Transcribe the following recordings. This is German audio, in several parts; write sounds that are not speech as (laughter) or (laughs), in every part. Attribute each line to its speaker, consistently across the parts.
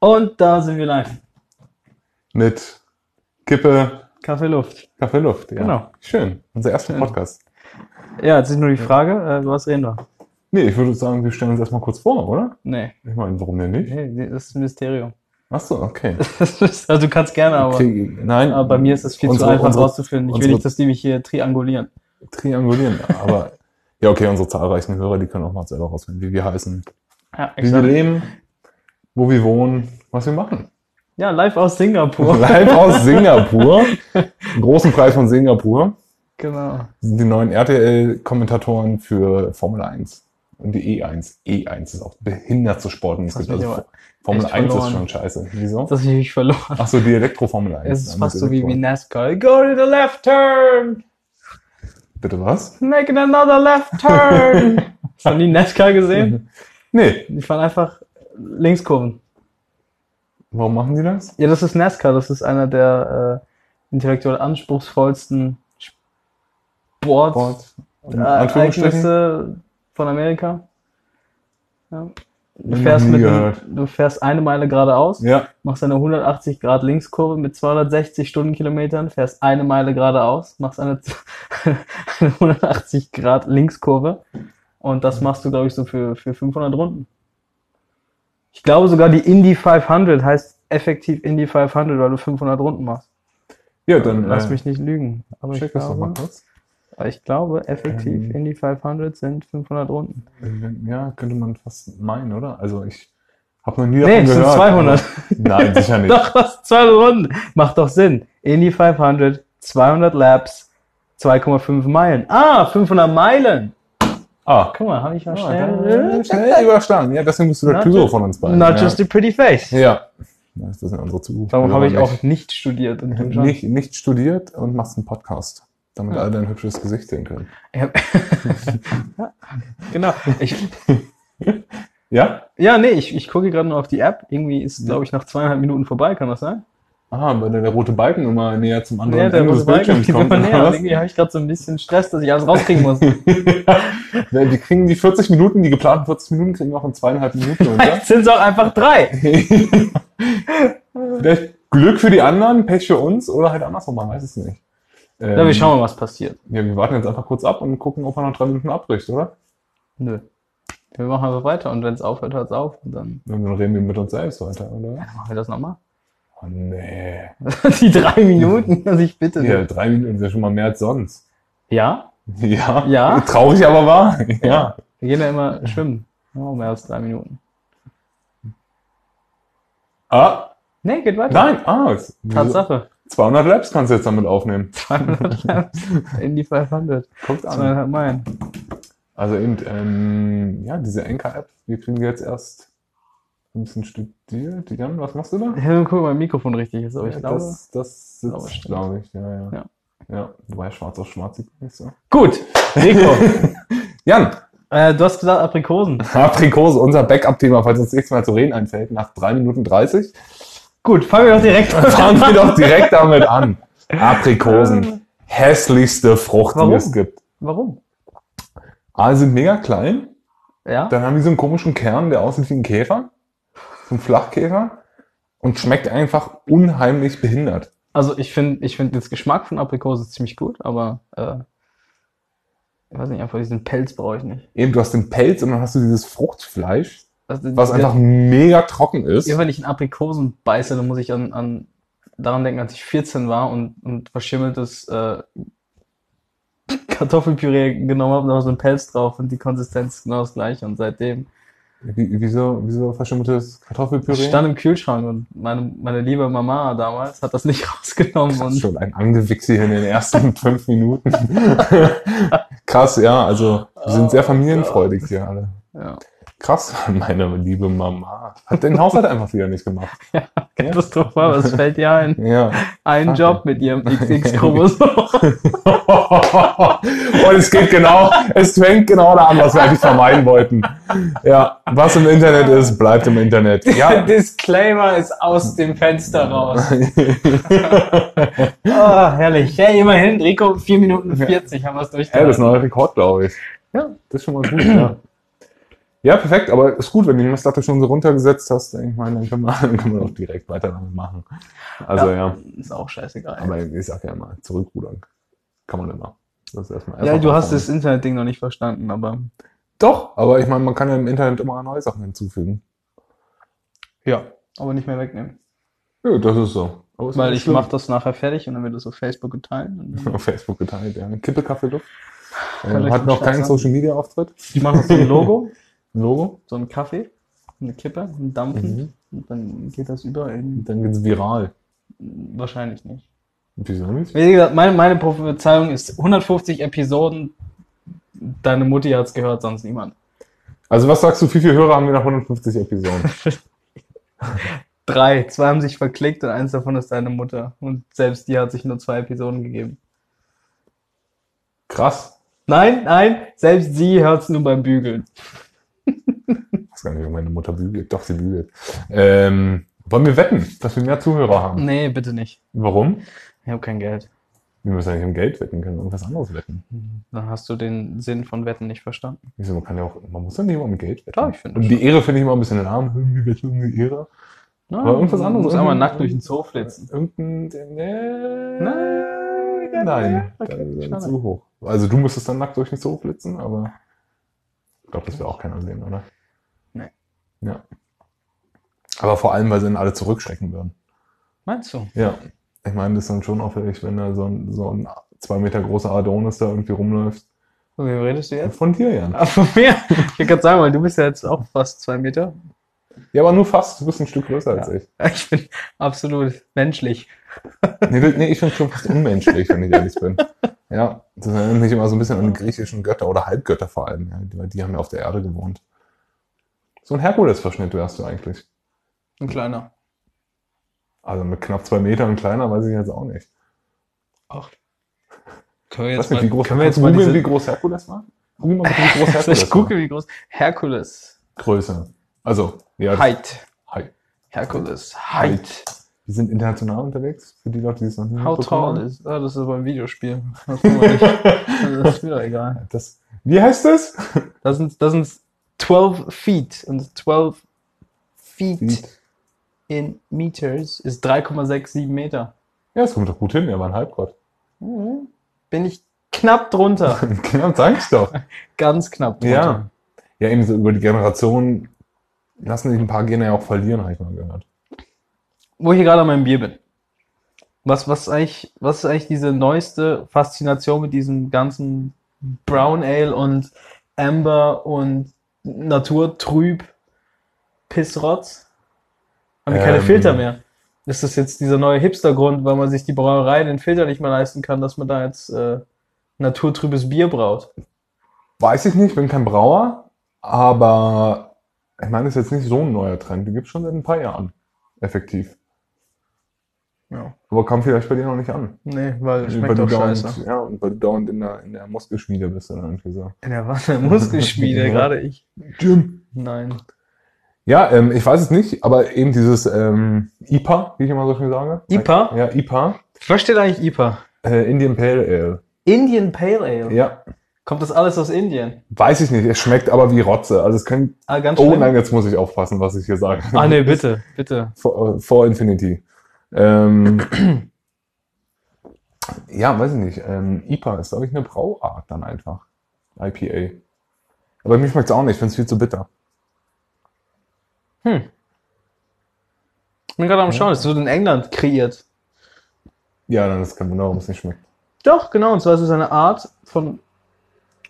Speaker 1: Und da sind wir live.
Speaker 2: Mit Kippe,
Speaker 1: Kaffee Luft.
Speaker 2: Kaffee, Luft. Ja.
Speaker 1: Genau.
Speaker 2: Schön. Unser erster Podcast.
Speaker 1: Ja, jetzt ist nur die Frage, äh, was reden wir?
Speaker 2: Nee, ich würde sagen, wir stellen uns erstmal kurz vor, oder?
Speaker 1: Nee,
Speaker 2: Ich meine, warum denn nicht?
Speaker 1: nee, das ist ein Mysterium.
Speaker 2: Achso, okay.
Speaker 1: (laughs) Das ist- also du kannst gerne, aber,
Speaker 2: okay nein,
Speaker 1: aber bei mir ist es viel
Speaker 2: unsere-
Speaker 1: zu einfach
Speaker 2: unsere-
Speaker 1: rauszufinden. Ich will
Speaker 2: unsere-
Speaker 1: nicht, dass die mich hier triangulieren.
Speaker 2: Triangulieren,
Speaker 1: (laughs)
Speaker 2: aber ja, okay, unsere zahlreichen Hörer, die können auch mal selber rausfinden, wie wir heißen,
Speaker 1: Ja,
Speaker 2: wie wir
Speaker 1: exakt.
Speaker 2: leben, wo wir wohnen, was wir machen.
Speaker 1: ja live aus
Speaker 2: (laughs)
Speaker 1: Singapur. (laughs)
Speaker 2: Live aus Singapur. Großen Preis von Singapur.
Speaker 1: genau.
Speaker 2: sind die neuen RTL-Kommentatoren für Formel 1 und die E E1. E1 ist auch behindert zu sporten. Es
Speaker 1: Das
Speaker 2: gibt
Speaker 1: hab ich
Speaker 2: also
Speaker 1: aber
Speaker 2: Formel
Speaker 1: echt
Speaker 2: 1 ist
Speaker 1: verloren.
Speaker 2: schon scheiße. Wieso?
Speaker 1: Das habe ich mich verloren.
Speaker 2: Ach so, die Elektro-Formel 1.
Speaker 1: Es ist
Speaker 2: Ja,
Speaker 1: fast
Speaker 2: mit
Speaker 1: so wie, wie
Speaker 2: Elektro.
Speaker 1: NASCAR. Go to the left turn!
Speaker 2: Bitte was?
Speaker 1: Make another left turn!
Speaker 2: (laughs)
Speaker 1: Hast du noch nie NASCAR gesehen?
Speaker 2: Nee,
Speaker 1: Die fahren einfach Linkskurven.
Speaker 2: warum machen die das?
Speaker 1: Ja, das ist NASCAR. Das ist einer der äh, intellektuell anspruchsvollsten Sport
Speaker 2: Sport.
Speaker 1: äh,
Speaker 2: In Anführungsstrichen.
Speaker 1: Ereignisse von Amerika. Ja. Du,
Speaker 2: Noch
Speaker 1: fährst
Speaker 2: nie
Speaker 1: mit einem,
Speaker 2: gehört.
Speaker 1: du fährst eine Meile geradeaus,
Speaker 2: Ja,
Speaker 1: machst eine 180 Grad Linkskurve mit 260 Stundenkilometern, fährst eine Meile geradeaus, machst eine, (laughs) eine 180 Grad Linkskurve und das machst du, glaube ich, so für, für 500 Runden. Ich glaube sogar die Indy 500 heißt effektiv Indy 500, weil du 500 Runden machst.
Speaker 2: ja dann
Speaker 1: Lass
Speaker 2: äh,
Speaker 1: mich nicht lügen. Aber ich
Speaker 2: check das doch mal
Speaker 1: glaube,
Speaker 2: kurz.
Speaker 1: aber ich glaube, effektiv
Speaker 2: Ähm.
Speaker 1: Indy 500 sind 500 Runden.
Speaker 2: Äh, Ja, könnte man fast meinen, oder? Also ich habe noch nie
Speaker 1: Nee,
Speaker 2: davon
Speaker 1: es sind
Speaker 2: gehört.
Speaker 1: 200.
Speaker 2: Nein, sicher nicht.
Speaker 1: (laughs) Doch, was? 200 Runden. Macht doch Sinn. Indy 500, 200 Laps, 2,5 Meilen. Ah, 500 Meilen.
Speaker 2: Ah,
Speaker 1: Guck mal, habe ich mal
Speaker 2: ah
Speaker 1: schnell.
Speaker 2: dann, schnell überschlagen. Ja, deswegen bist du der
Speaker 1: Not
Speaker 2: Klügere
Speaker 1: just-
Speaker 2: von uns beiden.
Speaker 1: Not
Speaker 2: ja.
Speaker 1: just a pretty face.
Speaker 2: Ja. Das sind unsere Zukunft.
Speaker 1: Darum habe ich auch nicht studiert. Und du schon.
Speaker 2: nicht, nicht studiert und machst einen Podcast, damit
Speaker 1: Ja.
Speaker 2: alle dein hübsches Gesicht sehen können.
Speaker 1: Ich hab- (laughs) genau. Ich,
Speaker 2: Ja?
Speaker 1: ja, nee, ich, ich gucke gerade nur auf die App. Irgendwie ist, glaube ich, nach zweieinhalb Minuten vorbei, kann das sein?
Speaker 2: Ah, weil der, der rote Balken immer näher zum
Speaker 1: (laughs)
Speaker 2: anderen
Speaker 1: Ja, der
Speaker 2: Ende
Speaker 1: rote
Speaker 2: des
Speaker 1: Balken
Speaker 2: Bildschirms
Speaker 1: geht immer
Speaker 2: kommt.
Speaker 1: näher. Und
Speaker 2: oder
Speaker 1: irgendwie habe ich gerade so ein bisschen Stress, dass ich alles rauskriegen
Speaker 2: (laughs)
Speaker 1: muss.
Speaker 2: was? Ja, die kriegen die 40 Minuten, die geplanten 40 Minuten, kriegen wir auch in zweieinhalb Minuten runter.
Speaker 1: Vielleicht sind es auch einfach drei.
Speaker 2: Vielleicht Glück für die anderen, Pech für uns oder halt andersrum, man weiß es nicht. Ähm,
Speaker 1: Ja, wir schauen mal, was passiert.
Speaker 2: Ja, wir warten jetzt einfach kurz ab und gucken, ob er noch drei Minuten abbricht, oder?
Speaker 1: Nö. Wir machen einfach weiter und wenn es aufhört, hört es auf. Und dann
Speaker 2: Und dann reden wir mit uns selbst weiter, oder?
Speaker 1: machen wir das nochmal.
Speaker 2: (laughs) Oh nee.
Speaker 1: Die drei Minuten, also ich bitte.
Speaker 2: Ja,
Speaker 1: Ja,
Speaker 2: drei Minuten ist ja schon mal mehr als sonst.
Speaker 1: ja?
Speaker 2: Ja.
Speaker 1: Ja?
Speaker 2: Traurig, aber wahr. Ja.
Speaker 1: wir gehen ja immer schwimmen. Oh, mehr als drei Minuten.
Speaker 2: Ah,
Speaker 1: Nee, geht weiter.
Speaker 2: nein. Ah, es- (laughs)
Speaker 1: Tatsache.
Speaker 2: 200 Laps kannst du jetzt damit aufnehmen.
Speaker 1: 200 Laps in die 500.
Speaker 2: Guckt an.
Speaker 1: 200 Meilen.
Speaker 2: Also eben, ähm, ja, diese Anchor-App, wir kriegen die jetzt erst ein bisschen studiert. Jan, was machst du da?
Speaker 1: Ich will mal gucken, ob mein Mikrofon richtig ist, aber ich
Speaker 2: Ja,
Speaker 1: glaube.
Speaker 2: das, das
Speaker 1: glaube,
Speaker 2: sitzt,
Speaker 1: stimmt.
Speaker 2: glaube ich. Ja, ja.
Speaker 1: Ja.
Speaker 2: Ja, wobei schwarz auf schwarz sieht man nicht so.
Speaker 1: Gut,
Speaker 2: (laughs)
Speaker 1: Nico.
Speaker 2: Jan,
Speaker 1: äh, du hast gesagt Aprikosen.
Speaker 2: Aprikose, unser Backup-Thema, falls uns nichts mehr zu reden einfällt, nach drei Minuten 30.
Speaker 1: Gut, fangen wir doch direkt an.
Speaker 2: (laughs)
Speaker 1: (laughs)
Speaker 2: Fangen wir doch direkt damit an. Aprikosen. Hässlichste Frucht,
Speaker 1: Warum?
Speaker 2: die es gibt.
Speaker 1: Warum?
Speaker 2: A, sie sind mega klein.
Speaker 1: Ja?
Speaker 2: Dann haben die so einen komischen Kern, der aussieht wie ein Käfer. So ein Flachkäfer. Und schmeckt einfach unheimlich behindert.
Speaker 1: Also ich finde ich find den Geschmack von Aprikose ziemlich gut, aber äh, ich weiß nicht, einfach diesen Pelz brauche ich nicht.
Speaker 2: Eben, du hast den Pelz und dann hast du dieses Fruchtfleisch,
Speaker 1: Also,
Speaker 2: was
Speaker 1: der-
Speaker 2: einfach mega trocken ist.
Speaker 1: Ja, wenn ich in Aprikosen beiße, dann muss ich an, an daran denken, als ich 14 war und, und verschimmeltes äh, (laughs) Kartoffelpüree genommen habe, da war so ein Pelz drauf und die Konsistenz ist genau das gleiche. Und seitdem
Speaker 2: Wie, wieso, wieso verschimmeltes
Speaker 1: das
Speaker 2: Kartoffelpüree?
Speaker 1: stand im Kühlschrank und meine, meine liebe Mama damals hat das nicht (laughs) rausgenommen.
Speaker 2: Das ist
Speaker 1: Und
Speaker 2: schon ein Angewichse hier in den ersten fünf Minuten. (laughs) Krass, ja, also wir
Speaker 1: Ah.
Speaker 2: sind sehr familienfreudig hier alle.
Speaker 1: ja,
Speaker 2: Krass, (laughs) meine liebe Mama. Hat den Haushalt einfach wieder nicht gemacht.
Speaker 1: katastrophal, was fällt dir ein?
Speaker 2: Ja.
Speaker 1: (laughs) Ein
Speaker 2: Fuck.
Speaker 1: Job mit
Speaker 2: (laughs)
Speaker 1: ihrem XX-Chromosom.
Speaker 2: Und es geht genau, es fängt genau da an, was wir eigentlich vermeiden wollten. Ja, was im Internet ist, bleibt im Internet. (laughs)
Speaker 1: (laughs)
Speaker 2: Ja.
Speaker 1: Disclaimer ist aus dem Fenster
Speaker 2: (laughs)
Speaker 1: raus. Ah, herrlich. Ja, immerhin, Rico, 4 Minuten 40 haben wir es
Speaker 2: Ey, das ist ein
Speaker 1: durchgehalten.
Speaker 2: neuer Rekord, glaube ich.
Speaker 1: Ja.
Speaker 2: Das ist schon mal gut, ja. Ja, perfekt, aber ist gut, wenn du die Messlatte schon so runtergesetzt hast, ich meine, dann können wir, (laughs) dann können wir auch direkt weiter damit machen. Also ja,
Speaker 1: Ist auch scheißegal.
Speaker 2: aber ich sag ja immer, zurückrudern kann man immer. Das ist erstmal
Speaker 1: ja,
Speaker 2: einfach
Speaker 1: du hast
Speaker 2: anfangen.
Speaker 1: das Internetding noch nicht verstanden, aber
Speaker 2: Doch, aber ich meine, man kann ja im Internet immer neue Sachen hinzufügen. Ja,
Speaker 1: aber nicht mehr wegnehmen.
Speaker 2: ja das ist so. Aber ist
Speaker 1: Weil
Speaker 2: nicht
Speaker 1: ich
Speaker 2: schlimm.
Speaker 1: mache das nachher fertig und dann wird das auf Facebook geteilt. Und dann-
Speaker 2: (laughs) auf Facebook geteilt, ja. Kippe Kaffee Luft.
Speaker 1: Hört
Speaker 2: Ähm,
Speaker 1: euch
Speaker 2: hat
Speaker 1: den
Speaker 2: noch keinen
Speaker 1: Scheiß an.
Speaker 2: Social Media Auftritt.
Speaker 1: Ich mache so ein Logo,
Speaker 2: (laughs) Ein Logo.
Speaker 1: so ein Kaffee, eine Kippe, ein Dampfen
Speaker 2: Mhm.
Speaker 1: und dann geht das überall in.
Speaker 2: Und dann geht's viral.
Speaker 1: Wahrscheinlich nicht.
Speaker 2: Wieso nicht?
Speaker 1: Wie gesagt, meine, meine Prophezeiung ist 150 Episoden. Deine Mutti hat's gehört, sonst niemand.
Speaker 2: Also was sagst du, wie viele Hörer haben wir nach 150
Speaker 1: (laughs)
Speaker 2: Episoden?
Speaker 1: Drei, zwei haben sich verklickt und eins davon ist deine Mutter. Und selbst die hat sich nur zwei Episoden gegeben.
Speaker 2: Krass.
Speaker 1: Nein, nein, selbst sie hört's nur beim Bügeln.
Speaker 2: Ich weiß gar nicht, ob meine Mutter bügelt. Doch, sie bügelt. Ähm, wollen wir wetten, dass wir mehr Zuhörer haben?
Speaker 1: Nee, bitte nicht.
Speaker 2: Warum?
Speaker 1: Ich habe kein Geld.
Speaker 2: Wir müssen ja nicht um Geld wetten, können irgendwas anderes wetten.
Speaker 1: Mhm. Dann hast du den Sinn von Wetten nicht verstanden.
Speaker 2: Wieso, man kann ja auch, man muss ja nicht immer um Geld wetten.
Speaker 1: Klar, ich finde
Speaker 2: Und die Ehre finde ich immer ein bisschen lahm. Irgendwie wetten um die Ehre.
Speaker 1: Na,
Speaker 2: Aber irgendwas anderes.
Speaker 1: Du musst einmal nackt durch den Zoo flitzen.
Speaker 2: Irgendein. Nee.
Speaker 1: Nein,
Speaker 2: Nein,
Speaker 1: okay,
Speaker 2: dann ist
Speaker 1: schade.
Speaker 2: dann zu hoch. Also du müsstest dann nackt durch den Zoo flitzen, aber ich glaube, das wäre auch keiner sehen, oder?
Speaker 1: Nee.
Speaker 2: Ja. Aber vor allem, weil sie dann alle zurückschrecken würden.
Speaker 1: Meinst du?
Speaker 2: Ja. Ich meine, das ist dann schon auffällig, wenn da so ein, so ein zwei Meter großer Adonis da irgendwie rumläuft.
Speaker 1: Von wem redest du jetzt? (laughs)
Speaker 2: Von dir, Jan.
Speaker 1: Ah, von mir? Ich will gerade sagen, weil du bist ja jetzt auch fast zwei Meter. (laughs)
Speaker 2: Ja, aber nur fast. Du bist ein Stück größer als ich.
Speaker 1: Ich bin absolut menschlich.
Speaker 2: Nee, das- nee ich finde schon fast unmenschlich, wenn ich ehrlich bin. Ja, das erinnert mich immer so ein bisschen an die griechischen Götter oder Halbgötter vor allem. Ja, die, die haben ja auf der Erde gewohnt. So ein Herkules-Verschnitt wärst du eigentlich.
Speaker 1: Ein kleiner.
Speaker 2: Also mit knapp zwei Metern kleiner weiß ich jetzt auch nicht.
Speaker 1: Ach. Können wir
Speaker 2: Ich weiß
Speaker 1: jetzt
Speaker 2: nicht,
Speaker 1: mal,
Speaker 2: wie groß,
Speaker 1: können wir jetzt
Speaker 2: kannst du
Speaker 1: mal
Speaker 2: googeln,
Speaker 1: diese,
Speaker 2: wie groß Herkules war? Google mal,
Speaker 1: (laughs)
Speaker 2: bitte, wie groß Herkules
Speaker 1: ich gucke, wie groß. Herkules.
Speaker 2: war. Größe. Also, ja. das-
Speaker 1: Height.
Speaker 2: Hi.
Speaker 1: Herkules. Height.
Speaker 2: Wir sind international unterwegs, für die Leute, die es noch nie
Speaker 1: How
Speaker 2: mitbekommen
Speaker 1: tall
Speaker 2: haben.
Speaker 1: is? Ah, das ist beim Videospiel.
Speaker 2: (laughs)
Speaker 1: Das gucken wir nicht. Also, Das ist wieder egal.
Speaker 2: Das, wie heißt das?
Speaker 1: Das sind, das sind 12 feet. Und 12 feet in meters ist 3,67 Meter.
Speaker 2: Ja, das kommt doch gut hin, er war ein Halbgott. (laughs)
Speaker 1: Mhm. Bin ich knapp (laughs) drunter.
Speaker 2: Genau, sag ich doch.
Speaker 1: Ganz knapp drunter.
Speaker 2: Ja. Ja, eben so über die Generation lassen sich ein paar Gene ja auch verlieren, habe ich mal gehört.
Speaker 1: wo ich hier gerade an meinem Bier bin. Was, was, ist eigentlich, was ist eigentlich diese neueste Faszination mit diesem ganzen Brown Ale und Amber und Naturtrüb Pissrotz? Haben wir keine
Speaker 2: Ähm.
Speaker 1: Filter mehr? Ist das jetzt dieser neue Hipstergrund, weil man sich die Brauerei den Filter nicht mehr leisten kann, dass man da jetzt äh, naturtrübes Bier braut?
Speaker 2: Weiß ich nicht, bin kein Brauer, aber ich meine, das ist jetzt nicht so ein neuer Trend. Den gibt es schon seit ein paar Jahren. Effektiv.
Speaker 1: Ja.
Speaker 2: Aber kam vielleicht bei dir noch nicht an.
Speaker 1: Nee, weil
Speaker 2: weil
Speaker 1: schmeckt
Speaker 2: du
Speaker 1: doch
Speaker 2: dauernd,
Speaker 1: scheiße.
Speaker 2: ja, und weil du dauernd in der, in der Muskelschmiede bist oder irgendwie so.
Speaker 1: In der Wanne Muskelschmiede,
Speaker 2: Ja.
Speaker 1: gerade ich.
Speaker 2: Jim.
Speaker 1: Nein.
Speaker 2: Ja, ähm, ich weiß es nicht, aber eben dieses ähm, IPA, wie ich immer so schön sage.
Speaker 1: IPA?
Speaker 2: Ja, IPA.
Speaker 1: Was steht eigentlich IPA?
Speaker 2: Äh, Indian Pale Ale.
Speaker 1: Indian Pale Ale.
Speaker 2: Ja,
Speaker 1: Kommt das alles aus Indien?
Speaker 2: weiß ich nicht. Es schmeckt aber wie Rotze. Also es kann
Speaker 1: Ah, ganz
Speaker 2: Oh
Speaker 1: schlimm.
Speaker 2: nein, jetzt muss ich aufpassen, was ich hier sage.
Speaker 1: Ah,
Speaker 2: (laughs)
Speaker 1: nee, bitte, bitte.
Speaker 2: For, for äh, Infinity. Ähm, (clears throat) ja, weiß ich nicht. Ähm, IPA ist, glaube ich, eine Brauart dann einfach. IPA. Aber mir schmeckt es auch nicht, ich finde es viel zu bitter.
Speaker 1: Ich bin gerade am Schauen, es wurde in England kreiert.
Speaker 2: Ja, dann ist kein Wunder, warum es nicht schmeckt.
Speaker 1: Doch, genau. Und zwar ist es eine Art von,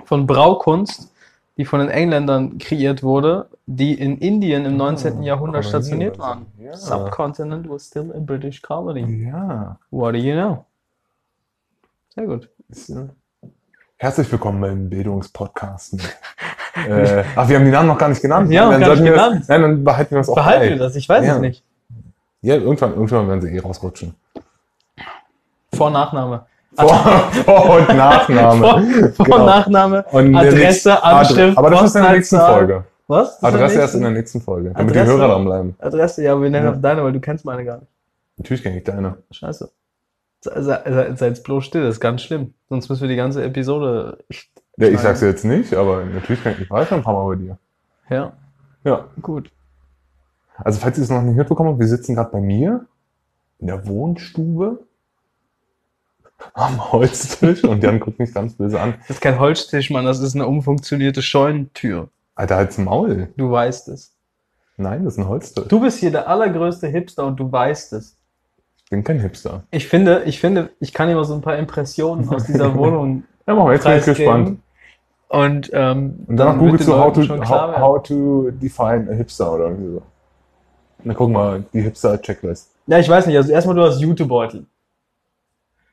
Speaker 1: von Braukunst, die von den Engländern kreiert wurde, die in Indien im
Speaker 2: Ah,
Speaker 1: 19. Jahrhundert
Speaker 2: Kolonien
Speaker 1: stationiert
Speaker 2: oder so.
Speaker 1: waren.
Speaker 2: also, Ja.
Speaker 1: Subcontinent was still a British colony.
Speaker 2: Ja.
Speaker 1: What do you know? Sehr gut.
Speaker 2: Ist, äh, Herzlich willkommen beim Bildungspodcast. mit, (laughs) äh, ach, wir haben die Namen noch gar nicht genannt.
Speaker 1: Ja,
Speaker 2: dann
Speaker 1: gar nicht
Speaker 2: sollten wir
Speaker 1: genannt.
Speaker 2: Das, nein, dann behalten wir das auch
Speaker 1: Behalten
Speaker 2: bei.
Speaker 1: wir das, ich weiß
Speaker 2: Ja.
Speaker 1: es nicht.
Speaker 2: Ja, irgendwann, irgendwann werden sie eh
Speaker 1: (laughs)
Speaker 2: rausrutschen.
Speaker 1: Vor Nachname.
Speaker 2: Vor, Vor- und Nachname.
Speaker 1: Vor, (laughs) vor
Speaker 2: Genau.
Speaker 1: Nachname,
Speaker 2: Und der
Speaker 1: Adresse,
Speaker 2: nächste-
Speaker 1: Anschrift,
Speaker 2: Aber das ist in der nächsten
Speaker 1: Postleitzahl.
Speaker 2: Folge.
Speaker 1: Was? Das ist
Speaker 2: Adresse
Speaker 1: der
Speaker 2: erst in der
Speaker 1: nächste?
Speaker 2: nächsten Folge, damit die
Speaker 1: Adresse?
Speaker 2: Hörer dranbleiben.
Speaker 1: Adresse, ja, wir nennen
Speaker 2: Ja.
Speaker 1: auf deine, weil du kennst meine gar nicht.
Speaker 2: Natürlich kenne ich deine.
Speaker 1: Scheiße. Se- se- se- Seid bloß still, das ist ganz schlimm. Sonst müssen wir die ganze Episode.
Speaker 2: Ja, ich
Speaker 1: Nein.
Speaker 2: sag's jetzt nicht, aber natürlich kenne ich, ich weiß schon ein paar Mal bei dir.
Speaker 1: Ja,
Speaker 2: Ja.
Speaker 1: gut.
Speaker 2: Also, falls ihr es noch nicht mitbekommen habt, wir sitzen gerade bei mir in der Wohnstube am Holztisch und Jan guckt mich ganz böse an.
Speaker 1: Das ist kein Holztisch, Mann, das ist eine umfunktionierte Scheunentür.
Speaker 2: Alter, halt's Maul.
Speaker 1: Du weißt es.
Speaker 2: Nein, das ist ein Holztisch.
Speaker 1: Du bist hier der allergrößte Hipster und du weißt es.
Speaker 2: Ich bin kein Hipster.
Speaker 1: Ich finde, ich finde, ich kann immer so ein paar Impressionen aus
Speaker 2: (laughs)
Speaker 1: dieser Wohnung
Speaker 2: Ja, machen wir jetzt bin ich gespannt.
Speaker 1: preisgeben. Und, ähm,
Speaker 2: Und danach
Speaker 1: dann
Speaker 2: googelst
Speaker 1: wird
Speaker 2: du
Speaker 1: den
Speaker 2: how
Speaker 1: Leuten
Speaker 2: to,
Speaker 1: schon klar
Speaker 2: how,
Speaker 1: werden.
Speaker 2: how to define a Hipster oder irgendwie so. Und dann gucken wir die Hipster-Checklist.
Speaker 1: Ja, ich weiß nicht. Also erstmal, du hast Jutebeutel.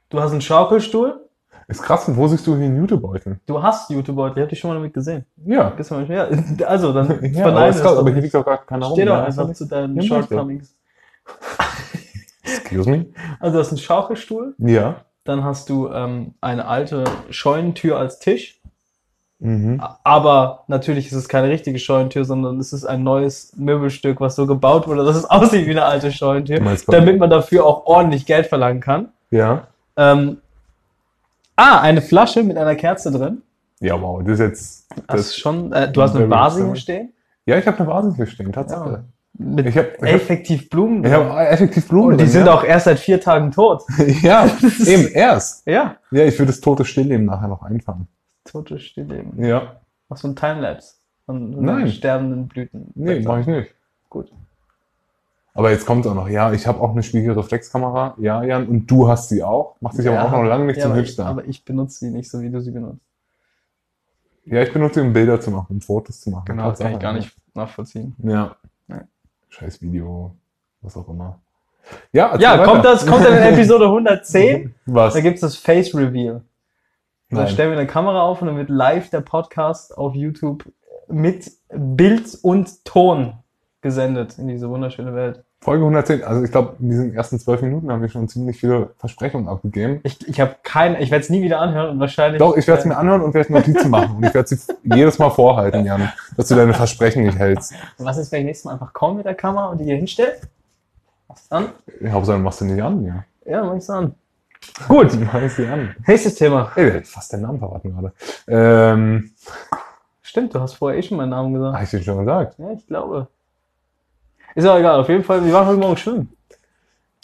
Speaker 1: Du hast einen Schaukelstuhl.
Speaker 2: Ist krass, wo siehst du hier einen Jutebeutel?
Speaker 1: Du hast Jutebeutel. Ich habe dich schon mal damit gesehen.
Speaker 2: Ja.
Speaker 1: Gibt's mal- Ja, also, dann
Speaker 2: (laughs) ja aber, ist
Speaker 1: es
Speaker 2: krass,
Speaker 1: doch
Speaker 2: aber hier
Speaker 1: nicht.
Speaker 2: liegt doch gerade keiner rum.
Speaker 1: Steh doch
Speaker 2: ne?
Speaker 1: einfach zu deinen
Speaker 2: Ja, mach ich doch.
Speaker 1: Shortcomings.
Speaker 2: Excuse me?
Speaker 1: Also, du hast einen Schaukelstuhl.
Speaker 2: Ja.
Speaker 1: Dann hast du ähm, eine alte Scheunentür als Tisch.
Speaker 2: Mhm.
Speaker 1: Aber natürlich ist es keine richtige Scheunentür, sondern es ist ein neues Möbelstück, was so gebaut wurde, dass es (laughs) aussieht wie eine alte
Speaker 2: Du
Speaker 1: Scheunentür,
Speaker 2: meinst-
Speaker 1: damit man dafür auch ordentlich Geld verlangen kann.
Speaker 2: Ja.
Speaker 1: Ähm, ah, eine Flasche mit einer Kerze drin.
Speaker 2: Ja, wow, das ist jetzt.
Speaker 1: Das
Speaker 2: Das,
Speaker 1: ist schon, äh, du hast
Speaker 2: Very
Speaker 1: eine Vase
Speaker 2: extreme.
Speaker 1: hier stehen.
Speaker 2: ja, ich habe eine Vase hier stehen, Tatsache.
Speaker 1: Mit
Speaker 2: Ich habe ich hab,
Speaker 1: effektiv Blumen
Speaker 2: ich
Speaker 1: drin.
Speaker 2: hab effektiv Blumen.
Speaker 1: Und die
Speaker 2: drin,
Speaker 1: sind
Speaker 2: ja.
Speaker 1: auch erst seit vier Tagen tot. (laughs)
Speaker 2: (laughs) Ja, eben erst.
Speaker 1: Ja.
Speaker 2: Ja, ich würde das tote Stillleben nachher noch einfangen.
Speaker 1: Tote Stillleben.
Speaker 2: Ja.
Speaker 1: Machst du ein Timelapse von von
Speaker 2: Nein.
Speaker 1: sterbenden Blüten?
Speaker 2: Nee, mache ich nicht.
Speaker 1: Gut.
Speaker 2: Aber jetzt kommt auch noch, ja, ich habe auch eine Spiegelreflexkamera, ja, Jan, und du hast sie auch. Macht dich aber auch noch lange nicht
Speaker 1: ja,
Speaker 2: zum
Speaker 1: aber
Speaker 2: Hipster.
Speaker 1: Ich, aber ich benutze sie nicht so, wie du sie benutzt.
Speaker 2: ja, ich benutze sie, um Bilder zu machen, um Fotos zu machen.
Speaker 1: Genau, das kann
Speaker 2: Tatsache,
Speaker 1: ich gar
Speaker 2: ja.
Speaker 1: nicht nachvollziehen.
Speaker 2: Ja.
Speaker 1: Ja.
Speaker 2: Scheiß Video, was auch immer. Ja, erzähl
Speaker 1: Ja,
Speaker 2: weiter.
Speaker 1: kommt das, kommt
Speaker 2: (laughs)
Speaker 1: dann in Episode 110.
Speaker 2: Was?
Speaker 1: Da gibt's das Face Reveal. Und Dann
Speaker 2: Nein.
Speaker 1: stellen wir eine Kamera auf und dann wird live der Podcast auf YouTube mit Bild und Ton gesendet in diese wunderschöne Welt.
Speaker 2: Folge 110, also ich glaube, in diesen ersten zwölf Minuten haben wir schon ziemlich viele Versprechungen abgegeben.
Speaker 1: Ich, ich habe keine, ich werde es nie wieder anhören und wahrscheinlich. äh,
Speaker 2: Doch, ich werde es mir anhören und werde Notizen machen. Und ich werde sie jedes Mal vorhalten, Jan, dass du deine Versprechen nicht hältst.
Speaker 1: Was ist, wenn ich nächstes Mal einfach komme mit der Kamera und die hier hinstelle? Mach's an?
Speaker 2: Hauptsache, du machst du nicht an, ja.
Speaker 1: Ja, mach ich's an.
Speaker 2: Gut. Mach ich sie an.
Speaker 1: Nächstes Thema.
Speaker 2: Ey, wir hätten fast deinen Namen verraten gerade. Ähm,
Speaker 1: Stimmt, du hast vorher eh schon meinen Namen gesagt.
Speaker 2: hab ich dir schon gesagt.
Speaker 1: Ja, ich glaube. Ist auch egal, auf jeden Fall, wir waren heute Morgen schwimmen.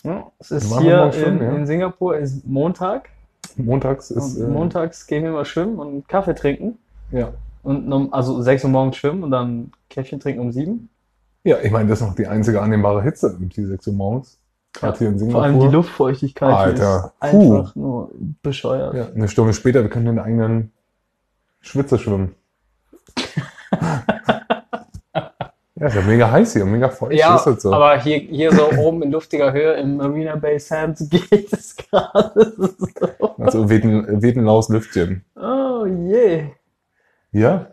Speaker 1: Ja, es
Speaker 2: Wir
Speaker 1: ist
Speaker 2: waren heute
Speaker 1: hier
Speaker 2: Morgen schwimmen,
Speaker 1: in,
Speaker 2: ja.
Speaker 1: in Singapur, ist Montag.
Speaker 2: Montags ist. äh,
Speaker 1: und montags gehen wir immer schwimmen und einen Kaffee trinken.
Speaker 2: Ja.
Speaker 1: Und um, also 6 Uhr morgens schwimmen und dann ein Käffchen trinken um 7.
Speaker 2: ja, ich meine, das ist noch die einzige annehmbare Hitze um die 6 Uhr morgens. Gerade
Speaker 1: Ja,
Speaker 2: hier in Singapur.
Speaker 1: Vor allem die Luftfeuchtigkeit hier
Speaker 2: Alter,
Speaker 1: ist einfach nur bescheuert.
Speaker 2: Ja, eine Stunde später, wir können in der eigenen
Speaker 1: (laughs)
Speaker 2: Schwitze schwimmen. ja, ist ja mega heiß hier, mega feucht.
Speaker 1: Ja,
Speaker 2: ist halt so.
Speaker 1: aber hier, hier so oben in luftiger Höhe im Marina Bay Sands (laughs) geht es gerade so.
Speaker 2: Also weht ein, weht ein laues Lüftchen.
Speaker 1: Oh je.
Speaker 2: Ja.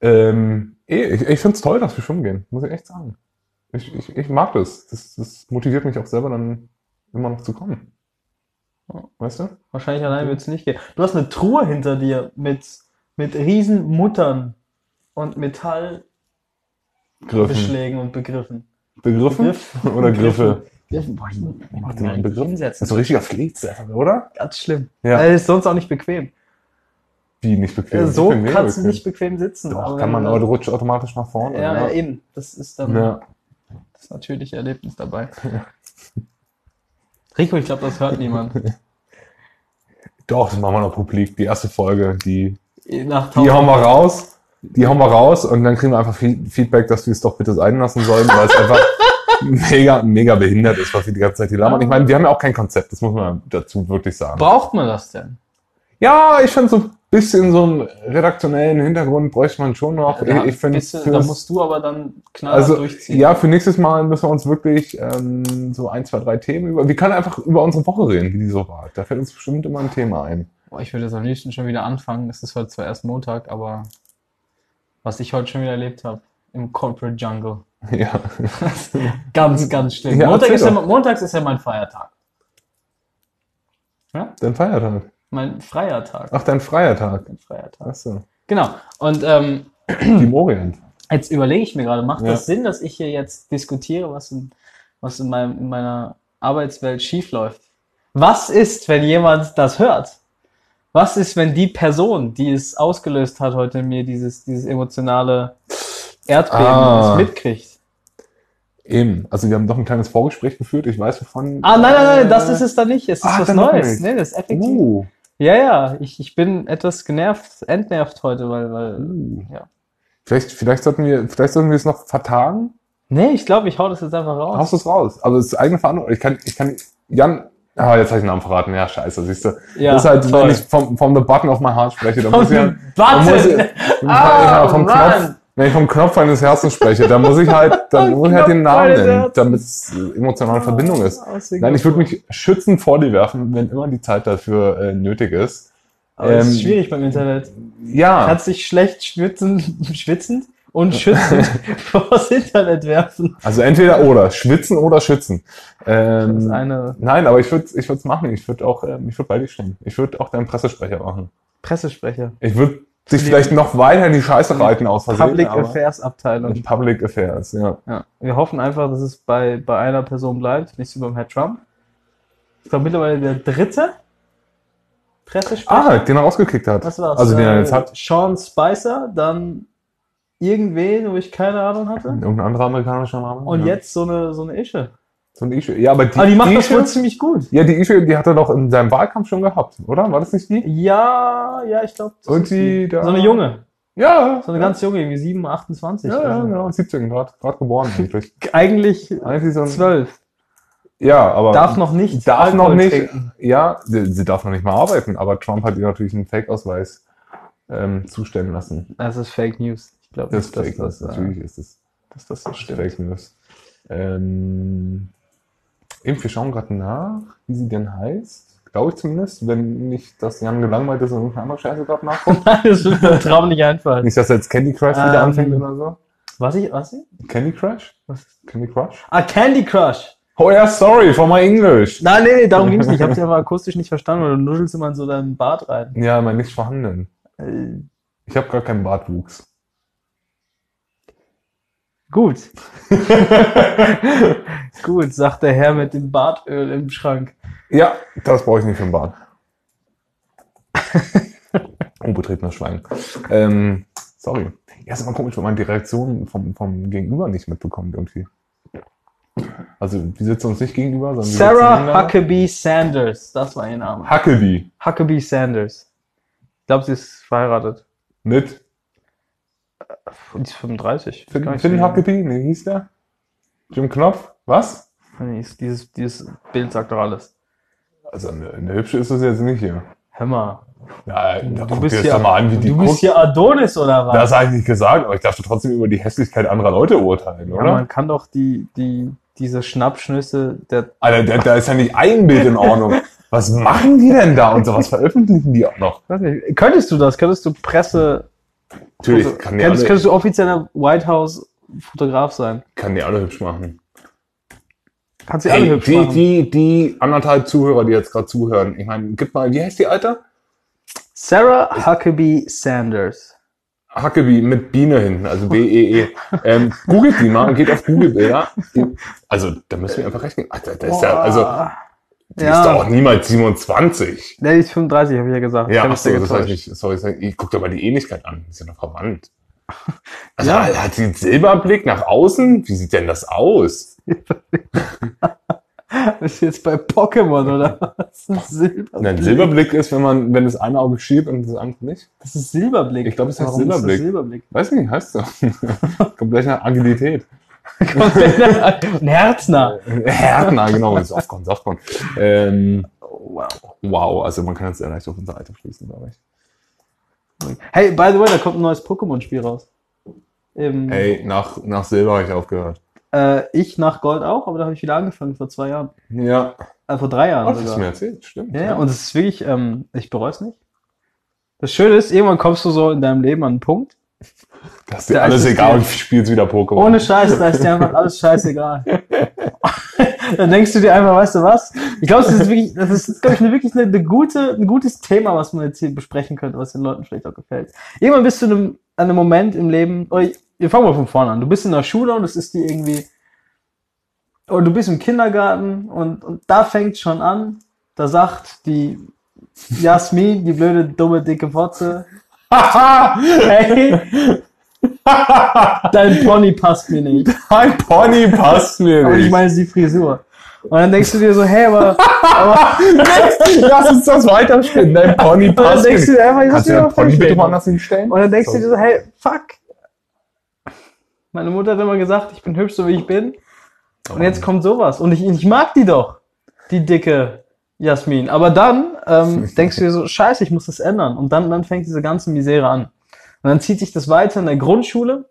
Speaker 2: Ähm, eh, ich ich finde es toll, dass wir schwimmen gehen, muss ich echt sagen. Ich, ich, ich mag das. das. Das motiviert mich auch selber dann immer noch zu kommen. Weißt du?
Speaker 1: Wahrscheinlich allein wird es nicht gehen. Du hast eine Truhe hinter dir mit, mit Riesenmuttern und Metallbeschlägen
Speaker 2: Griffen.
Speaker 1: und Begriffen.
Speaker 2: Begriffen
Speaker 1: Begriff-
Speaker 2: oder Griffe?
Speaker 1: Griffen. Boah, ich
Speaker 2: Mach
Speaker 1: mach
Speaker 2: dir mal einen Begriff. Das ist
Speaker 1: hinsetzen.
Speaker 2: ein richtiger Fleetz, oder?
Speaker 1: Ganz schlimm.
Speaker 2: Ja.
Speaker 1: Äh, ist sonst auch nicht bequem. Äh,
Speaker 2: Wie nicht bequem.
Speaker 1: so
Speaker 2: Ich bin mega
Speaker 1: kannst du
Speaker 2: bequem.
Speaker 1: nicht bequem sitzen.
Speaker 2: Doch,
Speaker 1: aber
Speaker 2: kann
Speaker 1: wenn
Speaker 2: man,
Speaker 1: du-
Speaker 2: aber du rutscht automatisch nach vorne.
Speaker 1: ja,
Speaker 2: ja.
Speaker 1: ja, eben. Das ist dann
Speaker 2: Ja.
Speaker 1: das natürliche Erlebnis (laughs) dabei. Rico, ich glaube, das (laughs) hört niemand.
Speaker 2: Doch, das machen wir noch publik. Die erste Folge, die,
Speaker 1: Nach
Speaker 2: die hauen wir
Speaker 1: 1000
Speaker 2: raus. Die hauen wir raus und dann kriegen wir einfach Fe- Feedback, dass wir es doch bitte sein lassen sollen, weil
Speaker 1: (laughs)
Speaker 2: es einfach mega, mega behindert ist, was wir die ganze Zeit hier labern. Ich meine, wir haben ja auch kein Konzept, das muss man dazu wirklich sagen.
Speaker 1: Braucht man das denn?
Speaker 2: Ja, ich finde so ein bisschen so einen redaktionellen Hintergrund bräuchte man schon noch.
Speaker 1: Da,
Speaker 2: ich ich finde,
Speaker 1: bist du, da musst du aber dann knallhart
Speaker 2: also,
Speaker 1: durchziehen.
Speaker 2: ja, für nächstes Mal müssen wir uns wirklich ähm, so ein, zwei, drei Themen über. Wir können einfach über unsere Woche reden, wie die so war. Da fällt uns bestimmt immer ein Thema ein. (laughs)
Speaker 1: Boah, ich würde jetzt am liebsten schon wieder anfangen. Es ist heute zwar erst Montag, aber was ich heute schon wieder erlebt habe im Corporate Jungle. (laughs)
Speaker 2: Ja.
Speaker 1: ganz, ganz schlimm.
Speaker 2: Ja,
Speaker 1: Montag
Speaker 2: erzähl
Speaker 1: ist ja,
Speaker 2: doch.
Speaker 1: montags ist ja mein Feiertag.
Speaker 2: Dein Feiertag.
Speaker 1: Mein freier Tag.
Speaker 2: Ach, dein freier Tag.
Speaker 1: Mein freier Tag. (clears throat)
Speaker 2: Achso.
Speaker 1: Genau. Und ähm,
Speaker 2: Die im Orient.
Speaker 1: jetzt überlege ich mir gerade, macht
Speaker 2: Ja.
Speaker 1: das Sinn, dass ich hier jetzt diskutiere, was in, was in, meinem, in meiner Arbeitswelt schiefläuft? Was ist, wenn jemand das hört? Was ist, wenn die Person, die es ausgelöst hat heute in mir, dieses, dieses emotionale Erdbeben,
Speaker 2: Ah.
Speaker 1: das mitkriegt?
Speaker 2: Eben. Also wir haben doch ein kleines Vorgespräch geführt. Ich weiß wovon.
Speaker 1: Ah, nein, nein, nein,
Speaker 2: Äh,
Speaker 1: das ist es dann nicht. Es ist
Speaker 2: ah,
Speaker 1: was
Speaker 2: dann doch
Speaker 1: Neues.
Speaker 2: nicht.
Speaker 1: Nee, das ist effektiv.
Speaker 2: Uh,
Speaker 1: Ja, ja, ich, ich bin etwas genervt, entnervt heute, weil, weil.
Speaker 2: uh.
Speaker 1: Ja.
Speaker 2: Vielleicht, vielleicht sollten wir, vielleicht sollten wir es noch vertagen.
Speaker 1: Nee, ich glaube, ich hau das jetzt einfach raus.
Speaker 2: Haust du es raus? Also es ist eigene Verantwortung. Ich kann, ich kann, Jan, ah, jetzt habe ich den Namen verraten. Ja, scheiße, siehst du.
Speaker 1: Ja,
Speaker 2: das ist halt,
Speaker 1: toll.
Speaker 2: wenn ich vom, vom The Button auf my heart spreche,
Speaker 1: (laughs)
Speaker 2: dann muss ich ja, dann muss ich,
Speaker 1: Warte!
Speaker 2: ja, vom
Speaker 1: Oh, Mann.
Speaker 2: Knopf, wenn ich vom Knopf eines Herzens spreche, dann muss ich halt, dann muss ich halt den
Speaker 1: Knopf
Speaker 2: Namen
Speaker 1: eines
Speaker 2: nennen,
Speaker 1: Herzens.
Speaker 2: damit es emotionale Verbindung ist.
Speaker 1: Aus
Speaker 2: Nein, ich würde mich schützend vor dir werfen, wenn immer die Zeit dafür äh, nötig ist.
Speaker 1: Aber das ist
Speaker 2: ähm,
Speaker 1: schwierig beim Internet.
Speaker 2: Ja,
Speaker 1: Kannst dich schlecht schwitzend, (laughs) schwitzend und
Speaker 2: (laughs)
Speaker 1: schützend vor das Internet werfen.
Speaker 2: also entweder oder, schwitzen oder schützen.
Speaker 1: Das ist
Speaker 2: Ähm,
Speaker 1: eine
Speaker 2: nein, aber ich würde ich würde es machen. Ich würde auch, ähm, ich würde bei dir stehen. Ich würde auch deinen Pressesprecher machen.
Speaker 1: Pressesprecher.
Speaker 2: Ich würde dich
Speaker 1: Nee.
Speaker 2: vielleicht noch weiter in die Scheiße reiten aus Versehen.
Speaker 1: Public
Speaker 2: aber-
Speaker 1: Affairs Abteilung.
Speaker 2: Public Affairs, ja.
Speaker 1: Ja. Wir hoffen einfach, dass es bei, bei einer Person bleibt, nicht so beim Herr Trump. Ich glaube mittlerweile der dritte Pressesprecher.
Speaker 2: Ah, den er rausgekickt hat.
Speaker 1: Was war's?
Speaker 2: Also den er
Speaker 1: Äh,
Speaker 2: jetzt hat.
Speaker 1: Sean Spicer, dann irgendwen, wo ich keine Ahnung hatte.
Speaker 2: Hm, Irgendein anderer amerikanischer Name.
Speaker 1: Und
Speaker 2: ja.
Speaker 1: jetzt so eine, so eine Ische.
Speaker 2: So ein Ische. Ja, aber die,
Speaker 1: Aber die macht das
Speaker 2: Ische,
Speaker 1: wohl ziemlich gut.
Speaker 2: Ja, die Ische, die hat er doch in seinem Wahlkampf schon gehabt, oder? War das nicht die?
Speaker 1: Ja, ja, ich glaube.
Speaker 2: Und die da.
Speaker 1: So eine junge.
Speaker 2: Ja.
Speaker 1: So eine ganz junge, irgendwie 7, 28.
Speaker 2: Ja, ja,
Speaker 1: oder so.
Speaker 2: genau. Also, 17, gerade grad geboren eigentlich.
Speaker 1: (laughs) Eigentlich
Speaker 2: Eigentlich so ein,
Speaker 1: 12.
Speaker 2: Ja, aber.
Speaker 1: Darf noch nicht.
Speaker 2: darf noch
Speaker 1: Alkohol
Speaker 2: nicht.
Speaker 1: trinken.
Speaker 2: Ja, sie, sie darf noch nicht mal arbeiten, aber Trump hat ihr natürlich einen Fake-Ausweis ähm, zustellen lassen.
Speaker 1: Das ist Fake News. Ich glaube
Speaker 2: Das ist
Speaker 1: nicht, dass
Speaker 2: Fake News.
Speaker 1: das, äh,
Speaker 2: Natürlich ist es
Speaker 1: dass das so stimmt.
Speaker 2: Fake News. Ähm, eben, wir schauen gerade nach, wie sie denn heißt. Glaube ich zumindest, wenn nicht, dass Jan gelangweilt ist und irgendeine andere Scheiße gerade nachkommt.
Speaker 1: Nein, (laughs) das wird mir im Traum nicht einfallen.
Speaker 2: nicht, dass jetzt Candy Crush wieder
Speaker 1: Ähm,
Speaker 2: anfängt oder so.
Speaker 1: Was ich, was ich?
Speaker 2: Candy Crush?
Speaker 1: Was ist?
Speaker 2: Candy Crush?
Speaker 1: Ah, Candy Crush.
Speaker 2: Oh ja, sorry, for my English.
Speaker 1: Nein, nee, nee, darum ging es nicht. Ich habe es aber akustisch nicht verstanden, weil du nudelst immer in so deinen Bart rein.
Speaker 2: Ja, mein nicht vorhanden.
Speaker 1: Äh,
Speaker 2: Ich habe gar keinen Bartwuchs. (laughs)
Speaker 1: gut, (laughs) gut, sagt der Herr mit dem Bartöl im Schrank.
Speaker 2: Ja, das brauche ich nicht für den Bart. (laughs) Unbetretenes Schweigen. Ähm, sorry. Ja, ist immer komisch, wenn man die Reaktion vom, vom Gegenüber nicht mitbekommt irgendwie. Also, die sitzen uns nicht gegenüber, sondern wir sitzen
Speaker 1: Sarah
Speaker 2: nebeneinander.
Speaker 1: Huckabee Sanders, das war ihr Name.
Speaker 2: Huckabee.
Speaker 1: Huckabee Sanders. Ich glaube, sie ist verheiratet.
Speaker 2: Mit
Speaker 1: Und die ist 35. Gar
Speaker 2: Finn,
Speaker 1: nicht
Speaker 2: Finn
Speaker 1: so jung.
Speaker 2: Huckabee? Nee, wie hieß der? Jim Knopf? Was?
Speaker 1: Nee, ist- Dieses, dieses Bild sagt doch alles.
Speaker 2: Also, eine, eine hübsche ist das jetzt nicht hier.
Speaker 1: Hör mal,
Speaker 2: Na, da
Speaker 1: du
Speaker 2: guck
Speaker 1: bist
Speaker 2: dir das
Speaker 1: ja-
Speaker 2: doch mal an, wie die
Speaker 1: du bist
Speaker 2: guckt.
Speaker 1: hier Adonis oder was?
Speaker 2: Das habe ich nicht gesagt, aber ich darf doch trotzdem über die Hässlichkeit anderer Leute urteilen,
Speaker 1: ja,
Speaker 2: oder?
Speaker 1: man kann doch die, die, diese Schnappschnüsse der
Speaker 2: Alter, Also, da, da ist ja nicht ein Bild
Speaker 1: (laughs)
Speaker 2: in Ordnung. Was machen die denn da und so? Was veröffentlichen die auch noch?
Speaker 1: Weiß nicht, könntest du das? Könntest du Presse.
Speaker 2: Natürlich,
Speaker 1: also,
Speaker 2: kann die,
Speaker 1: könntest,
Speaker 2: alle,
Speaker 1: könntest du offizieller White House-Fotograf sein?
Speaker 2: kann die alle hübsch machen.
Speaker 1: Kannst du alle
Speaker 2: Hey,
Speaker 1: hübsch
Speaker 2: die,
Speaker 1: machen.
Speaker 2: die, die anderthalb Zuhörer, die jetzt gerade zuhören, ich meine, gib mal, wie heißt die Alter?
Speaker 1: Sarah Huckabee Sanders.
Speaker 2: Huckabee mit Biene hinten, also B-E-E. ähm, googelt die mal, geht auf
Speaker 1: (laughs)
Speaker 2: Google-Bilder. Also, da müssen wir einfach rechnen. Alter, da ist ja, also, die
Speaker 1: Ja.
Speaker 2: ist doch auch niemals 27.
Speaker 1: Nee, die ist 35, habe ich ja gesagt.
Speaker 2: Ja,
Speaker 1: Ich hab
Speaker 2: ach
Speaker 1: mich
Speaker 2: so,
Speaker 1: da
Speaker 2: das habe ich
Speaker 1: getäuscht.
Speaker 2: nicht. Sorry, das hab ich, ich guck doch mal die Ähnlichkeit an. Die sind doch
Speaker 1: (laughs)
Speaker 2: verwandt. Also
Speaker 1: Ja.
Speaker 2: hat sie einen Silberblick nach außen? Wie sieht denn das aus?
Speaker 1: Bist du jetzt bei Pokémon oder was? Das ist Silberblick.
Speaker 2: Ein Silberblick ist, wenn man, wenn das eine Auge schielt und das andere nicht.
Speaker 1: Das ist Silberblick.
Speaker 2: Ich glaub, das heißt
Speaker 1: Warum ist das
Speaker 2: (laughs)
Speaker 1: Silberblick.
Speaker 2: Weiß nicht, heißt so. Kommt gleich nach Agilität. (laughs)
Speaker 1: Ein Herzner.
Speaker 2: Härtner, genau, ist aufkommen, aufkommen. Ähm,
Speaker 1: Oh, wow.
Speaker 2: wow, also man kann jetzt sehr leicht auf unser Alter schließen, glaube ich.
Speaker 1: Hey, by the way, da kommt ein neues Pokémon-Spiel raus. Ähm,
Speaker 2: Ey, nach, nach Silber habe ich aufgehört.
Speaker 1: äh, ich nach Gold auch, aber da habe ich wieder angefangen vor zwei Jahren.
Speaker 2: Ja.
Speaker 1: Äh, vor drei Jahren
Speaker 2: Oh, das hast du mir
Speaker 1: sogar.
Speaker 2: erzählt, stimmt.
Speaker 1: Ja, ja, und es ist wirklich, ähm, ich bereue es nicht. Das Schöne ist, irgendwann kommst du so in deinem Leben an einen Punkt.
Speaker 2: das ist dir
Speaker 1: da
Speaker 2: alles
Speaker 1: ist es
Speaker 2: egal
Speaker 1: dir-
Speaker 2: und spielst wieder Pokémon.
Speaker 1: Ohne Scheiß, da ist dir einfach alles scheißegal. Dann denkst du dir einfach, weißt du was? Ich glaube, das ist wirklich, das ist, glaube ich, eine, wirklich eine, eine gute, ein gutes Thema, was man jetzt hier besprechen könnte, was den Leuten vielleicht auch gefällt. Irgendwann bist du in einem, an einem Moment im Leben, oh, ich- wir fangen mal von vorne an. Du bist in der Schule und es ist dir irgendwie, und du bist im Kindergarten und, und da fängt schon an, da sagt die Jasmin, die blöde, dumme, dicke Fotze.
Speaker 2: Haha!
Speaker 1: Hey, dein Pony passt mir nicht.
Speaker 2: (laughs) Ein Pony passt mir
Speaker 1: Aber
Speaker 2: nicht.
Speaker 1: ich meine, es ist die Frisur. Und dann denkst du dir so, hey, aber, aber
Speaker 2: Lass uns das weiterspinnen. Dein Pony
Speaker 1: und dann
Speaker 2: passt mir
Speaker 1: denkst du
Speaker 2: nicht.
Speaker 1: dir einfach, ich muss
Speaker 2: Kannst du
Speaker 1: mir
Speaker 2: deinen
Speaker 1: noch
Speaker 2: Pony bitte
Speaker 1: hinstellen.
Speaker 2: woanders hinstellen?
Speaker 1: Und dann denkst du dir so, hey, fuck. Meine Mutter hat immer gesagt, ich bin hübsch, so wie ich bin. Und jetzt kommt sowas. Und ich, ich mag die doch, die dicke Jasmin. Aber dann ähm, denkst du dir so, scheiße, ich muss das ändern. Und dann, dann fängt diese ganze Misere an. Und dann zieht sich das weiter in der Grundschule,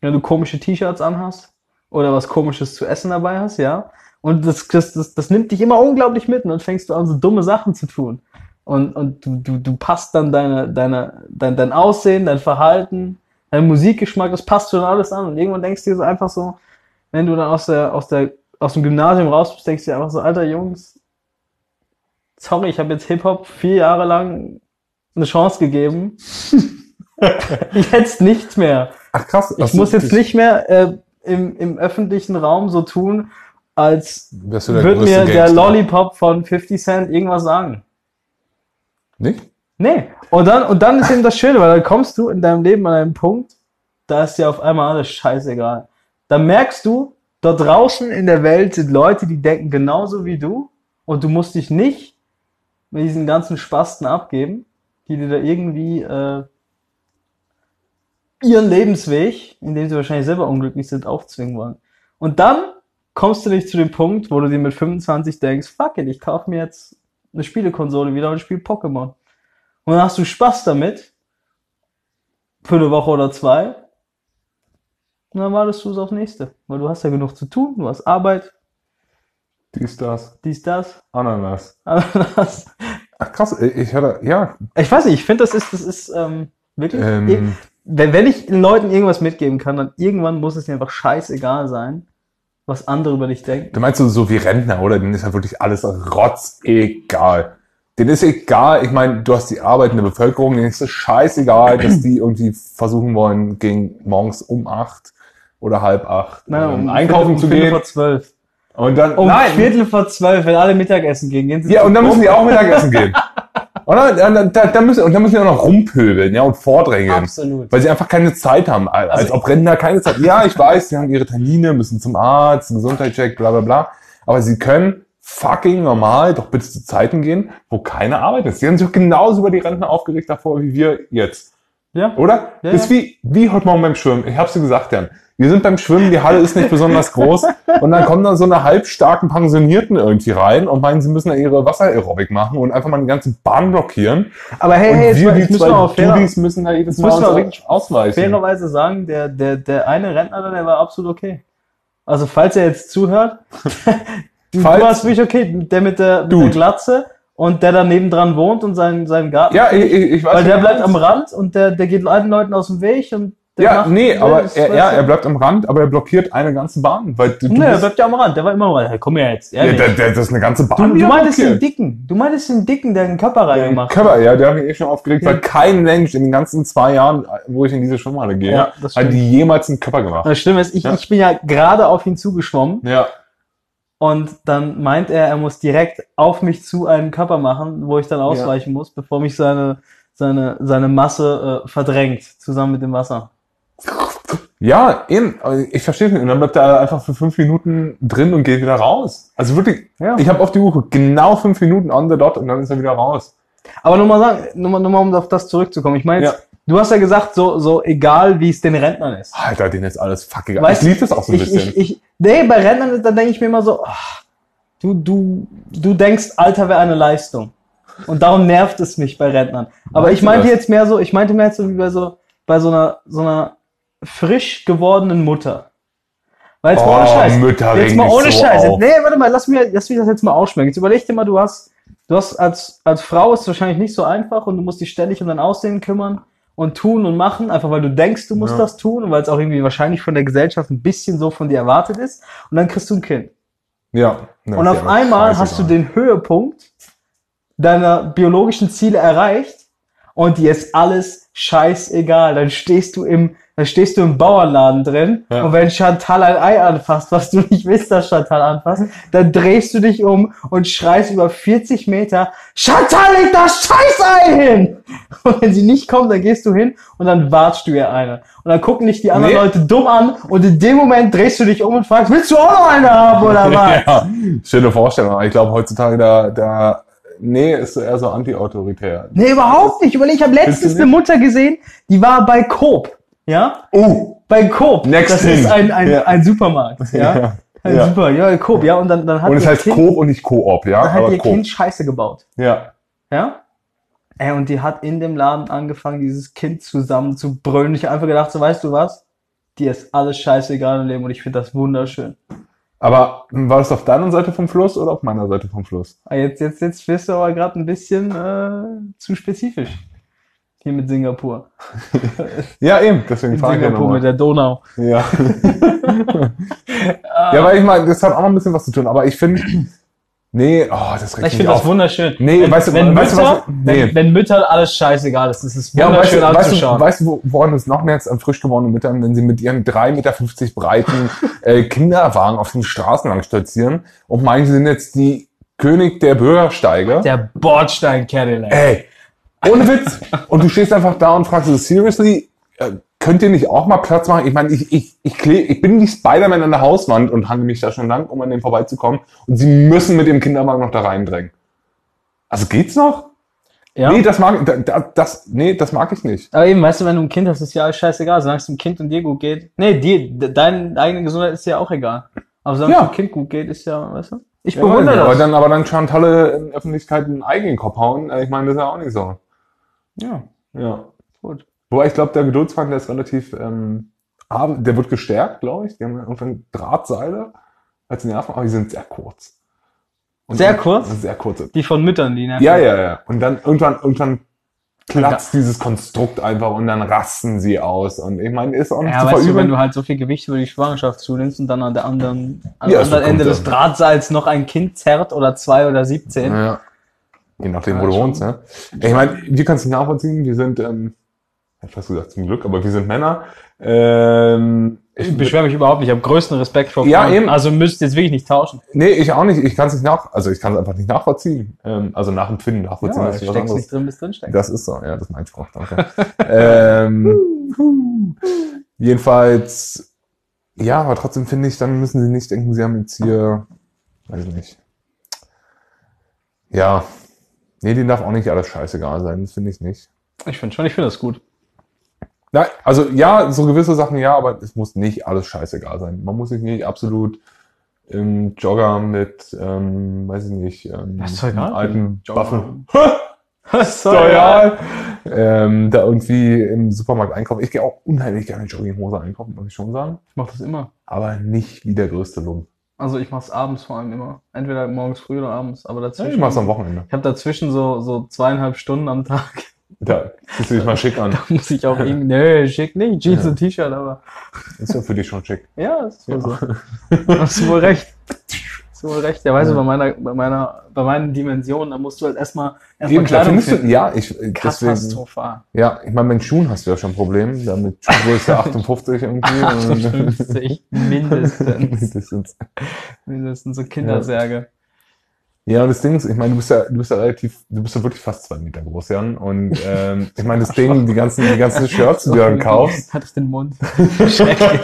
Speaker 1: wenn du komische T-Shirts anhast oder was komisches zu essen dabei hast, ja. Und das, das, das, das nimmt dich immer unglaublich mit und dann fängst du an, so dumme Sachen zu tun. Und, und du, du, du passt dann deine, deine, dein, dein Aussehen, dein Verhalten, dein Musikgeschmack, das passt schon alles an. Und irgendwann denkst du dir so einfach so, wenn du dann aus, der, aus, der, aus dem Gymnasium raus bist, denkst du dir einfach so, alter Jungs, sorry, ich habe jetzt Hip-Hop vier Jahre lang eine Chance
Speaker 2: (laughs)
Speaker 1: gegeben. jetzt nichts mehr.
Speaker 2: Ach krass.
Speaker 1: Ich muss jetzt nicht mehr äh, im, im öffentlichen Raum so tun, als
Speaker 2: Wärst du der
Speaker 1: würde
Speaker 2: größte
Speaker 1: mir der
Speaker 2: Gangster.
Speaker 1: Lollipop von 50 Cent irgendwas sagen.
Speaker 2: Nicht?
Speaker 1: Nee, und dann, und dann ist eben das Schöne, weil dann kommst du in deinem Leben an einen Punkt, da ist dir auf einmal alles scheißegal. Da merkst du, dort draußen in der Welt sind Leute, die denken genauso wie du und du musst dich nicht mit diesen ganzen Spasten abgeben, die dir da irgendwie äh, ihren Lebensweg, in dem sie wahrscheinlich selber unglücklich sind, aufzwingen wollen. Und dann kommst du nicht zu dem Punkt, wo du dir mit 25 denkst, fuck it, ich kaufe mir jetzt eine Spielekonsole wieder und spiele Pokémon. Und dann hast du Spaß damit. Für eine Woche oder zwei. Und dann wartest du es aufs nächste. Weil du hast ja genug zu tun. Du hast Arbeit,
Speaker 2: Dies, das,
Speaker 1: dies, das,
Speaker 2: Ananas.
Speaker 1: (laughs) das.
Speaker 2: Ach krass, ich hatte, ja,
Speaker 1: Ich weiß nicht, ich finde, das ist, das ist ähm, wirklich.
Speaker 2: ähm,
Speaker 1: wenn, wenn ich den Leuten irgendwas mitgeben kann, dann irgendwann muss es mir einfach scheißegal sein, was andere über dich denken.
Speaker 2: Du meinst so, so wie Rentner, oder? Denen ist halt wirklich alles rotzegal. Denen ist egal, ich meine, du hast die arbeitende Bevölkerung, denen ist es scheißegal, dass die irgendwie versuchen wollen, gegen morgens um acht oder halb acht
Speaker 1: Nein,
Speaker 2: ähm,
Speaker 1: um Viertel-
Speaker 2: einkaufen zu
Speaker 1: um Viertel
Speaker 2: gehen.
Speaker 1: Vor zwölf.
Speaker 2: Und dann,
Speaker 1: Um
Speaker 2: nein,
Speaker 1: Viertel vor zwölf, wenn alle Mittagessen gehen, gehen sie
Speaker 2: ja,
Speaker 1: zu
Speaker 2: und dann müssen die
Speaker 1: Gruppen.
Speaker 2: auch
Speaker 1: (laughs)
Speaker 2: Mittagessen gehen. Oder? Dann, dann, dann müssen, und dann müssen die auch noch rumpöbeln, ja, und vordrängeln.
Speaker 1: Absolut.
Speaker 2: Weil sie einfach keine Zeit haben. Als
Speaker 1: Also-
Speaker 2: ob Rentner keine Zeit Ja, ich weiß, sie haben ihre Termine, müssen zum Arzt, einen Gesundheitscheck, bla bla bla. Aber sie können fucking normal doch bitte zu Zeiten gehen, wo keine Arbeit ist. Sie haben sich doch genauso über die Rentner aufgeregt davor, wie wir jetzt.
Speaker 1: Ja.
Speaker 2: Oder?
Speaker 1: Ja,
Speaker 2: das ist wie, wie heute Morgen beim Schwimmen. Ich hab's dir gesagt, Jan. Wir sind beim Schwimmen, die Halle ist nicht
Speaker 1: (laughs)
Speaker 2: besonders groß. Und dann kommen dann so eine halbstarken Pensionierten irgendwie rein und meinen, sie müssen dann ihre Wasseraerobik machen und einfach mal die ganze Bahn blockieren.
Speaker 1: Aber hey,
Speaker 2: und
Speaker 1: hey, jetzt,
Speaker 2: wir,
Speaker 1: mal-
Speaker 2: die
Speaker 1: jetzt müssen
Speaker 2: zwei
Speaker 1: wir auch fair,
Speaker 2: Dudis, müssen da jedes
Speaker 1: Jetzt
Speaker 2: Mal
Speaker 1: müssen wir
Speaker 2: uns ausweichen.
Speaker 1: fairerweise sagen, der, der, der eine Rentner, da, der war absolut okay. Also, falls er jetzt zuhört, du, du
Speaker 2: Falls-
Speaker 1: warst wirklich okay, der mit der, mit der
Speaker 2: Dude.
Speaker 1: Glatze und der daneben dran wohnt und seinen, seinen Garten.
Speaker 2: Ja, ich, ich, ich weiß
Speaker 1: weil der
Speaker 2: nicht,
Speaker 1: bleibt
Speaker 2: was-
Speaker 1: am Rand und der, der geht allen Leuten aus dem Weg und der
Speaker 2: Ja,
Speaker 1: macht-
Speaker 2: nee,
Speaker 1: Ja,
Speaker 2: aber
Speaker 1: das-
Speaker 2: er,
Speaker 1: weißt
Speaker 2: ja,
Speaker 1: du.
Speaker 2: er bleibt am Rand, aber er blockiert eine ganze Bahn. Weil du, du
Speaker 1: Nee, er
Speaker 2: bist-
Speaker 1: bleibt ja am Rand, der war immer mal, hey, komm her jetzt,
Speaker 2: ja,
Speaker 1: ehrlich.
Speaker 2: der, der, das ist eine ganze Bahn.
Speaker 1: du,
Speaker 2: die
Speaker 1: du
Speaker 2: er
Speaker 1: meintest den
Speaker 2: blockiert.
Speaker 1: Dicken, du meintest den Dicken, der den Körper
Speaker 2: Den
Speaker 1: reingemacht hat.
Speaker 2: Körper, ja, der hat mich eh schon aufgeregt,
Speaker 1: Ja.
Speaker 2: weil kein Mensch in den ganzen zwei Jahren, wo ich in diese Schwimmhalle gehe,
Speaker 1: Ja, das
Speaker 2: hat
Speaker 1: stimmt.
Speaker 2: die jemals einen Körper gemacht.
Speaker 1: Das Schlimme ist, ich,
Speaker 2: Ja.
Speaker 1: ich bin ja gerade auf ihn zugeschwommen.
Speaker 2: Ja.
Speaker 1: Und dann meint er, er muss direkt auf mich zu einen Körper machen, wo ich dann ausweichen muss, bevor mich seine, seine, seine Masse äh, verdrängt, zusammen mit dem Wasser.
Speaker 2: Ja, eben. Aber Ich verstehe nicht. Und dann bleibt er einfach für fünf Minuten drin und geht wieder raus. Also wirklich,
Speaker 1: Ja.
Speaker 2: ich habe auf die Uhr geguckt, genau fünf Minuten on the dot und dann ist er wieder raus.
Speaker 1: Aber nur mal sagen, nur mal, nur mal um auf das zurückzukommen. Ich meine, jetzt,
Speaker 2: Ja.
Speaker 1: du hast ja gesagt, so, so egal wie es den Rentnern ist.
Speaker 2: Alter, den ist alles fucking.
Speaker 1: Weißt
Speaker 2: ich liebe das auch so ein
Speaker 1: ich,
Speaker 2: bisschen.
Speaker 1: ich, ich, nee, bei Rentnern, da denke ich mir immer so, ach, du, du, du denkst, Alter wäre eine Leistung. Und darum nervt es mich bei Rentnern. Aber
Speaker 2: Meinst
Speaker 1: ich
Speaker 2: du
Speaker 1: meinte
Speaker 2: das?
Speaker 1: jetzt mehr so, ich meinte mehr jetzt so wie bei so, bei so einer, so einer frisch gewordenen Mutter. Weil jetzt mal ohne
Speaker 2: Oh,
Speaker 1: Scheiß.
Speaker 2: Mütter
Speaker 1: jetzt
Speaker 2: regen
Speaker 1: mal
Speaker 2: mich
Speaker 1: ohne
Speaker 2: so
Speaker 1: Scheiß.
Speaker 2: auf.
Speaker 1: Nee, warte mal, lass mir, lass mich das jetzt mal ausschmecken. Jetzt überleg dir mal, du hast, du hast als, als Frau ist es wahrscheinlich nicht so einfach und du musst dich ständig um dein Aussehen kümmern und tun und machen, einfach weil du denkst, du musst
Speaker 2: Ja.
Speaker 1: das tun und weil es auch irgendwie wahrscheinlich von der Gesellschaft ein bisschen so von dir erwartet ist. Und dann kriegst du ein Kind.
Speaker 2: ja. ne, Ja,
Speaker 1: ne- und
Speaker 2: ist
Speaker 1: auf
Speaker 2: ja
Speaker 1: einmal
Speaker 2: scheißegal.
Speaker 1: hast du den Höhepunkt deiner biologischen Ziele erreicht und dir ist alles scheißegal. Dann stehst du im Dann stehst du im Bauernladen drin
Speaker 2: Ja.
Speaker 1: und wenn Chantal ein Ei anfasst, was du nicht willst, dass Chantal anfasst, dann drehst du dich um und schreist über 40 Meter, Chantal, leg das Scheißei hin! Und wenn sie nicht kommt, dann gehst du hin und dann watschst du ihr eine. Und dann gucken dich die anderen
Speaker 2: Nee.
Speaker 1: Leute dumm an und in dem Moment drehst du dich um und fragst, willst du auch noch eine haben
Speaker 2: (laughs)
Speaker 1: oder was?
Speaker 2: (laughs) Ja, schöne Vorstellung. Aber ich glaube heutzutage da, da, nee, ist eher so anti-autoritär.
Speaker 1: Nee, überhaupt nicht. Überleg, ich habe letztens
Speaker 2: Bist du
Speaker 1: eine Mutter gesehen, die war bei Coop. Ja?
Speaker 2: Oh,
Speaker 1: Bei Coop.
Speaker 2: Next
Speaker 1: das
Speaker 2: thing.
Speaker 1: ist ein, ein,
Speaker 2: Ja.
Speaker 1: ein Supermarkt. Ja.
Speaker 2: Ja.
Speaker 1: Ein
Speaker 2: Ja.
Speaker 1: Super, ja, Coop, ja. Und dann, dann hat
Speaker 2: Und es
Speaker 1: ihr,
Speaker 2: heißt
Speaker 1: kind,
Speaker 2: Coop und nicht Koop, ja?
Speaker 1: dann hat
Speaker 2: Aber
Speaker 1: ihr
Speaker 2: Coop.
Speaker 1: Kind Scheiße gebaut.
Speaker 2: Ja.
Speaker 1: Ja? Ey, und die hat in dem Laden angefangen, dieses Kind zusammen zu brüllen. Ich hab einfach gedacht, so weißt du was? Dir ist alles scheißegal im Leben und ich finde das wunderschön.
Speaker 2: Aber hm, war das auf deiner Seite vom Fluss oder auf meiner Seite vom Fluss?
Speaker 1: Ah, Jetzt, jetzt, jetzt wirst du aber gerade ein bisschen äh, zu spezifisch. Hier mit Singapur.
Speaker 2: Ja, eben. Deswegen
Speaker 1: In
Speaker 2: frage ich ja
Speaker 1: Singapur mit
Speaker 2: nochmal.
Speaker 1: der Donau.
Speaker 2: Ja. ja, weil ich meine, das hat auch noch ein bisschen was zu tun. Aber ich finde, nee, oh, das regt
Speaker 1: Ich
Speaker 2: mich
Speaker 1: finde das
Speaker 2: auf.
Speaker 1: wunderschön.
Speaker 2: Nee,
Speaker 1: wenn,
Speaker 2: weißt du-
Speaker 1: wenn
Speaker 2: weißt du,
Speaker 1: Mütter,
Speaker 2: was- nee.
Speaker 1: wenn, wenn Müttern alles scheißegal ist, das ist
Speaker 2: Ja, und weißt
Speaker 1: wunderschön
Speaker 2: du, weißt du,
Speaker 1: anzuschauen.
Speaker 2: weißt du, wo- woran es noch merkst an frisch gewordenen Müttern, wenn sie mit ihren 3,50
Speaker 1: (laughs)
Speaker 2: Meter breiten äh, Kinderwagen auf den Straßen lang stolzieren und meinen, sie sind jetzt die König der Bürgersteige.
Speaker 1: der Bordstein Cadillac.
Speaker 2: Ey, ohne Witz. Und du stehst einfach da und fragst so, seriously, äh, könnt ihr nicht auch mal Platz machen? Ich meine, ich, ich, ich, kleb- ich bin wie Spider-Man an der Hauswand und hange mich da schon lang, um an dem vorbeizukommen. Und sie müssen mit dem Kinderwagen noch da reindrängen. Also geht's noch?
Speaker 1: ja?
Speaker 2: Äh, Nee, das mag, da- da- das, nee, das mag ich nicht.
Speaker 1: Aber eben, weißt du, wenn du ein Kind hast, ist ja alles scheißegal, solange es dem Kind und dir gut geht. Nee, dir, de- deine eigene Gesundheit ist ja auch egal. Aber solange
Speaker 2: Ja.
Speaker 1: es dem Kind gut geht, ist ja, weißt du? Ich
Speaker 2: Ja, weiß
Speaker 1: bewundere
Speaker 2: nicht,
Speaker 1: das.
Speaker 2: Aber dann, aber dann Chantalle in der Öffentlichkeit einen eigenen Kopf hauen, äh, ich meine, das ist ja auch nicht so.
Speaker 1: ja,
Speaker 2: Ja.
Speaker 1: gut.
Speaker 2: Wobei ich glaube, der Geduldsfaktor ist relativ, ähm, arm. der wird gestärkt, glaube ich. Die haben ja irgendwann Drahtseile als Nerven, aber die sind sehr kurz. Und
Speaker 1: Sehr
Speaker 2: dann-
Speaker 1: kurz?
Speaker 2: Sehr kurze.
Speaker 1: Die von Müttern, die nerven.
Speaker 2: Ja, ja, ja. Und dann irgendwann, irgendwann platzt dieses Konstrukt einfach und dann rasten sie aus. Und ich meine, ist auch nicht
Speaker 1: Ja,
Speaker 2: zu
Speaker 1: weißt du, wenn
Speaker 2: verübeln.
Speaker 1: du halt so viel Gewicht über die Schwangerschaft zunimmst und dann an der anderen, am
Speaker 2: Ja, so
Speaker 1: anderen Ende
Speaker 2: kommt
Speaker 1: des
Speaker 2: dann.
Speaker 1: Drahtseils noch ein Kind zerrt oder zwei oder 17.
Speaker 2: Ja. Je nachdem, wo
Speaker 1: Ja,
Speaker 2: du
Speaker 1: schon.
Speaker 2: wohnst, ne? Ich meine, wir können es nicht nachvollziehen, wir sind, ähm, ich hab fast gesagt, zum Glück, aber wir sind Männer. Ähm,
Speaker 1: Ich
Speaker 2: ich,
Speaker 1: beschwere mich überhaupt nicht, ich habe größten Respekt vor
Speaker 2: Ja,
Speaker 1: Frauen.
Speaker 2: eben.
Speaker 1: Also müsst jetzt wirklich nicht tauschen.
Speaker 2: nee, ich auch nicht, ich kann es nicht nach, also ich kann es einfach nicht nachvollziehen. Ähm, also nachempfinden, nachvollziehen, das ist was
Speaker 1: steckst
Speaker 2: anderes.
Speaker 1: nicht drin, bis drin steckst.
Speaker 2: Das ist so, ja, das ist mein Spruch, danke. ähm, jedenfalls, ja, aber trotzdem finde ich, dann müssen sie nicht denken, sie haben jetzt hier, weiß ich nicht. Ja, nee, denen darf auch nicht alles scheißegal sein, das finde ich nicht.
Speaker 1: Ich finde schon, ich finde das gut.
Speaker 2: Nein, also ja, so gewisse Sachen ja, aber es muss nicht alles scheißegal sein. Man muss sich nicht absolut im Jogger mit, ähm, weiß ich nicht, ähm,
Speaker 1: Das ist doch egal.
Speaker 2: einem alten
Speaker 1: (laughs)
Speaker 2: Buffel.
Speaker 1: Steuer.
Speaker 2: Steuer! Ähm, da irgendwie im Supermarkt einkaufen. Ich gehe auch unheimlich gerne Jogginghose einkaufen, muss ich schon sagen.
Speaker 1: Ich mache das immer.
Speaker 2: Aber nicht wie der größte Lump.
Speaker 1: Also ich mache es abends vor allem immer. Entweder morgens früh oder abends. Aber dazwischen.
Speaker 2: Ich mach's am Wochenende.
Speaker 1: ich habe dazwischen so, so zweieinhalb Stunden am Tag. (laughs)
Speaker 2: Da ziehst du dich mal schick an.
Speaker 1: Da muss ich auch irgendwie. Nö, schick nicht. Jeans
Speaker 2: Ja.
Speaker 1: und T-Shirt, aber.
Speaker 2: Ist ja für dich schon schick.
Speaker 1: Ja, das ist wohl
Speaker 2: Ja.
Speaker 1: so. Hast du wohl recht. Hast du wohl recht. Ja, weißt du,
Speaker 2: Ja.
Speaker 1: bei meiner, bei meiner, bei meinen Dimensionen, da musst du halt erstmal erstmal
Speaker 2: Eben, da
Speaker 1: Kleidung
Speaker 2: findest du,
Speaker 1: finden.
Speaker 2: ja, ich, äh, deswegen,
Speaker 1: Katastrophal.
Speaker 2: ja, ich meine, mit Schuhen hast du ja schon ein Problem. Da mit
Speaker 1: (laughs)
Speaker 2: Schuhgröße 58 irgendwie. (laughs)
Speaker 1: 58 mindestens.
Speaker 2: Mindestens.
Speaker 1: Mindestens so Kindersärge.
Speaker 2: Ja, und das Ding ist, ich meine, du bist ja, du bist ja relativ, du bist ja wirklich fast zwei Meter groß, Jan. Und ähm, ich meine, das Ding, die ganzen, die ganzen Shirts, die
Speaker 1: (laughs)
Speaker 2: du dann kaufst,
Speaker 1: Hat es den Mund. Schrecklich.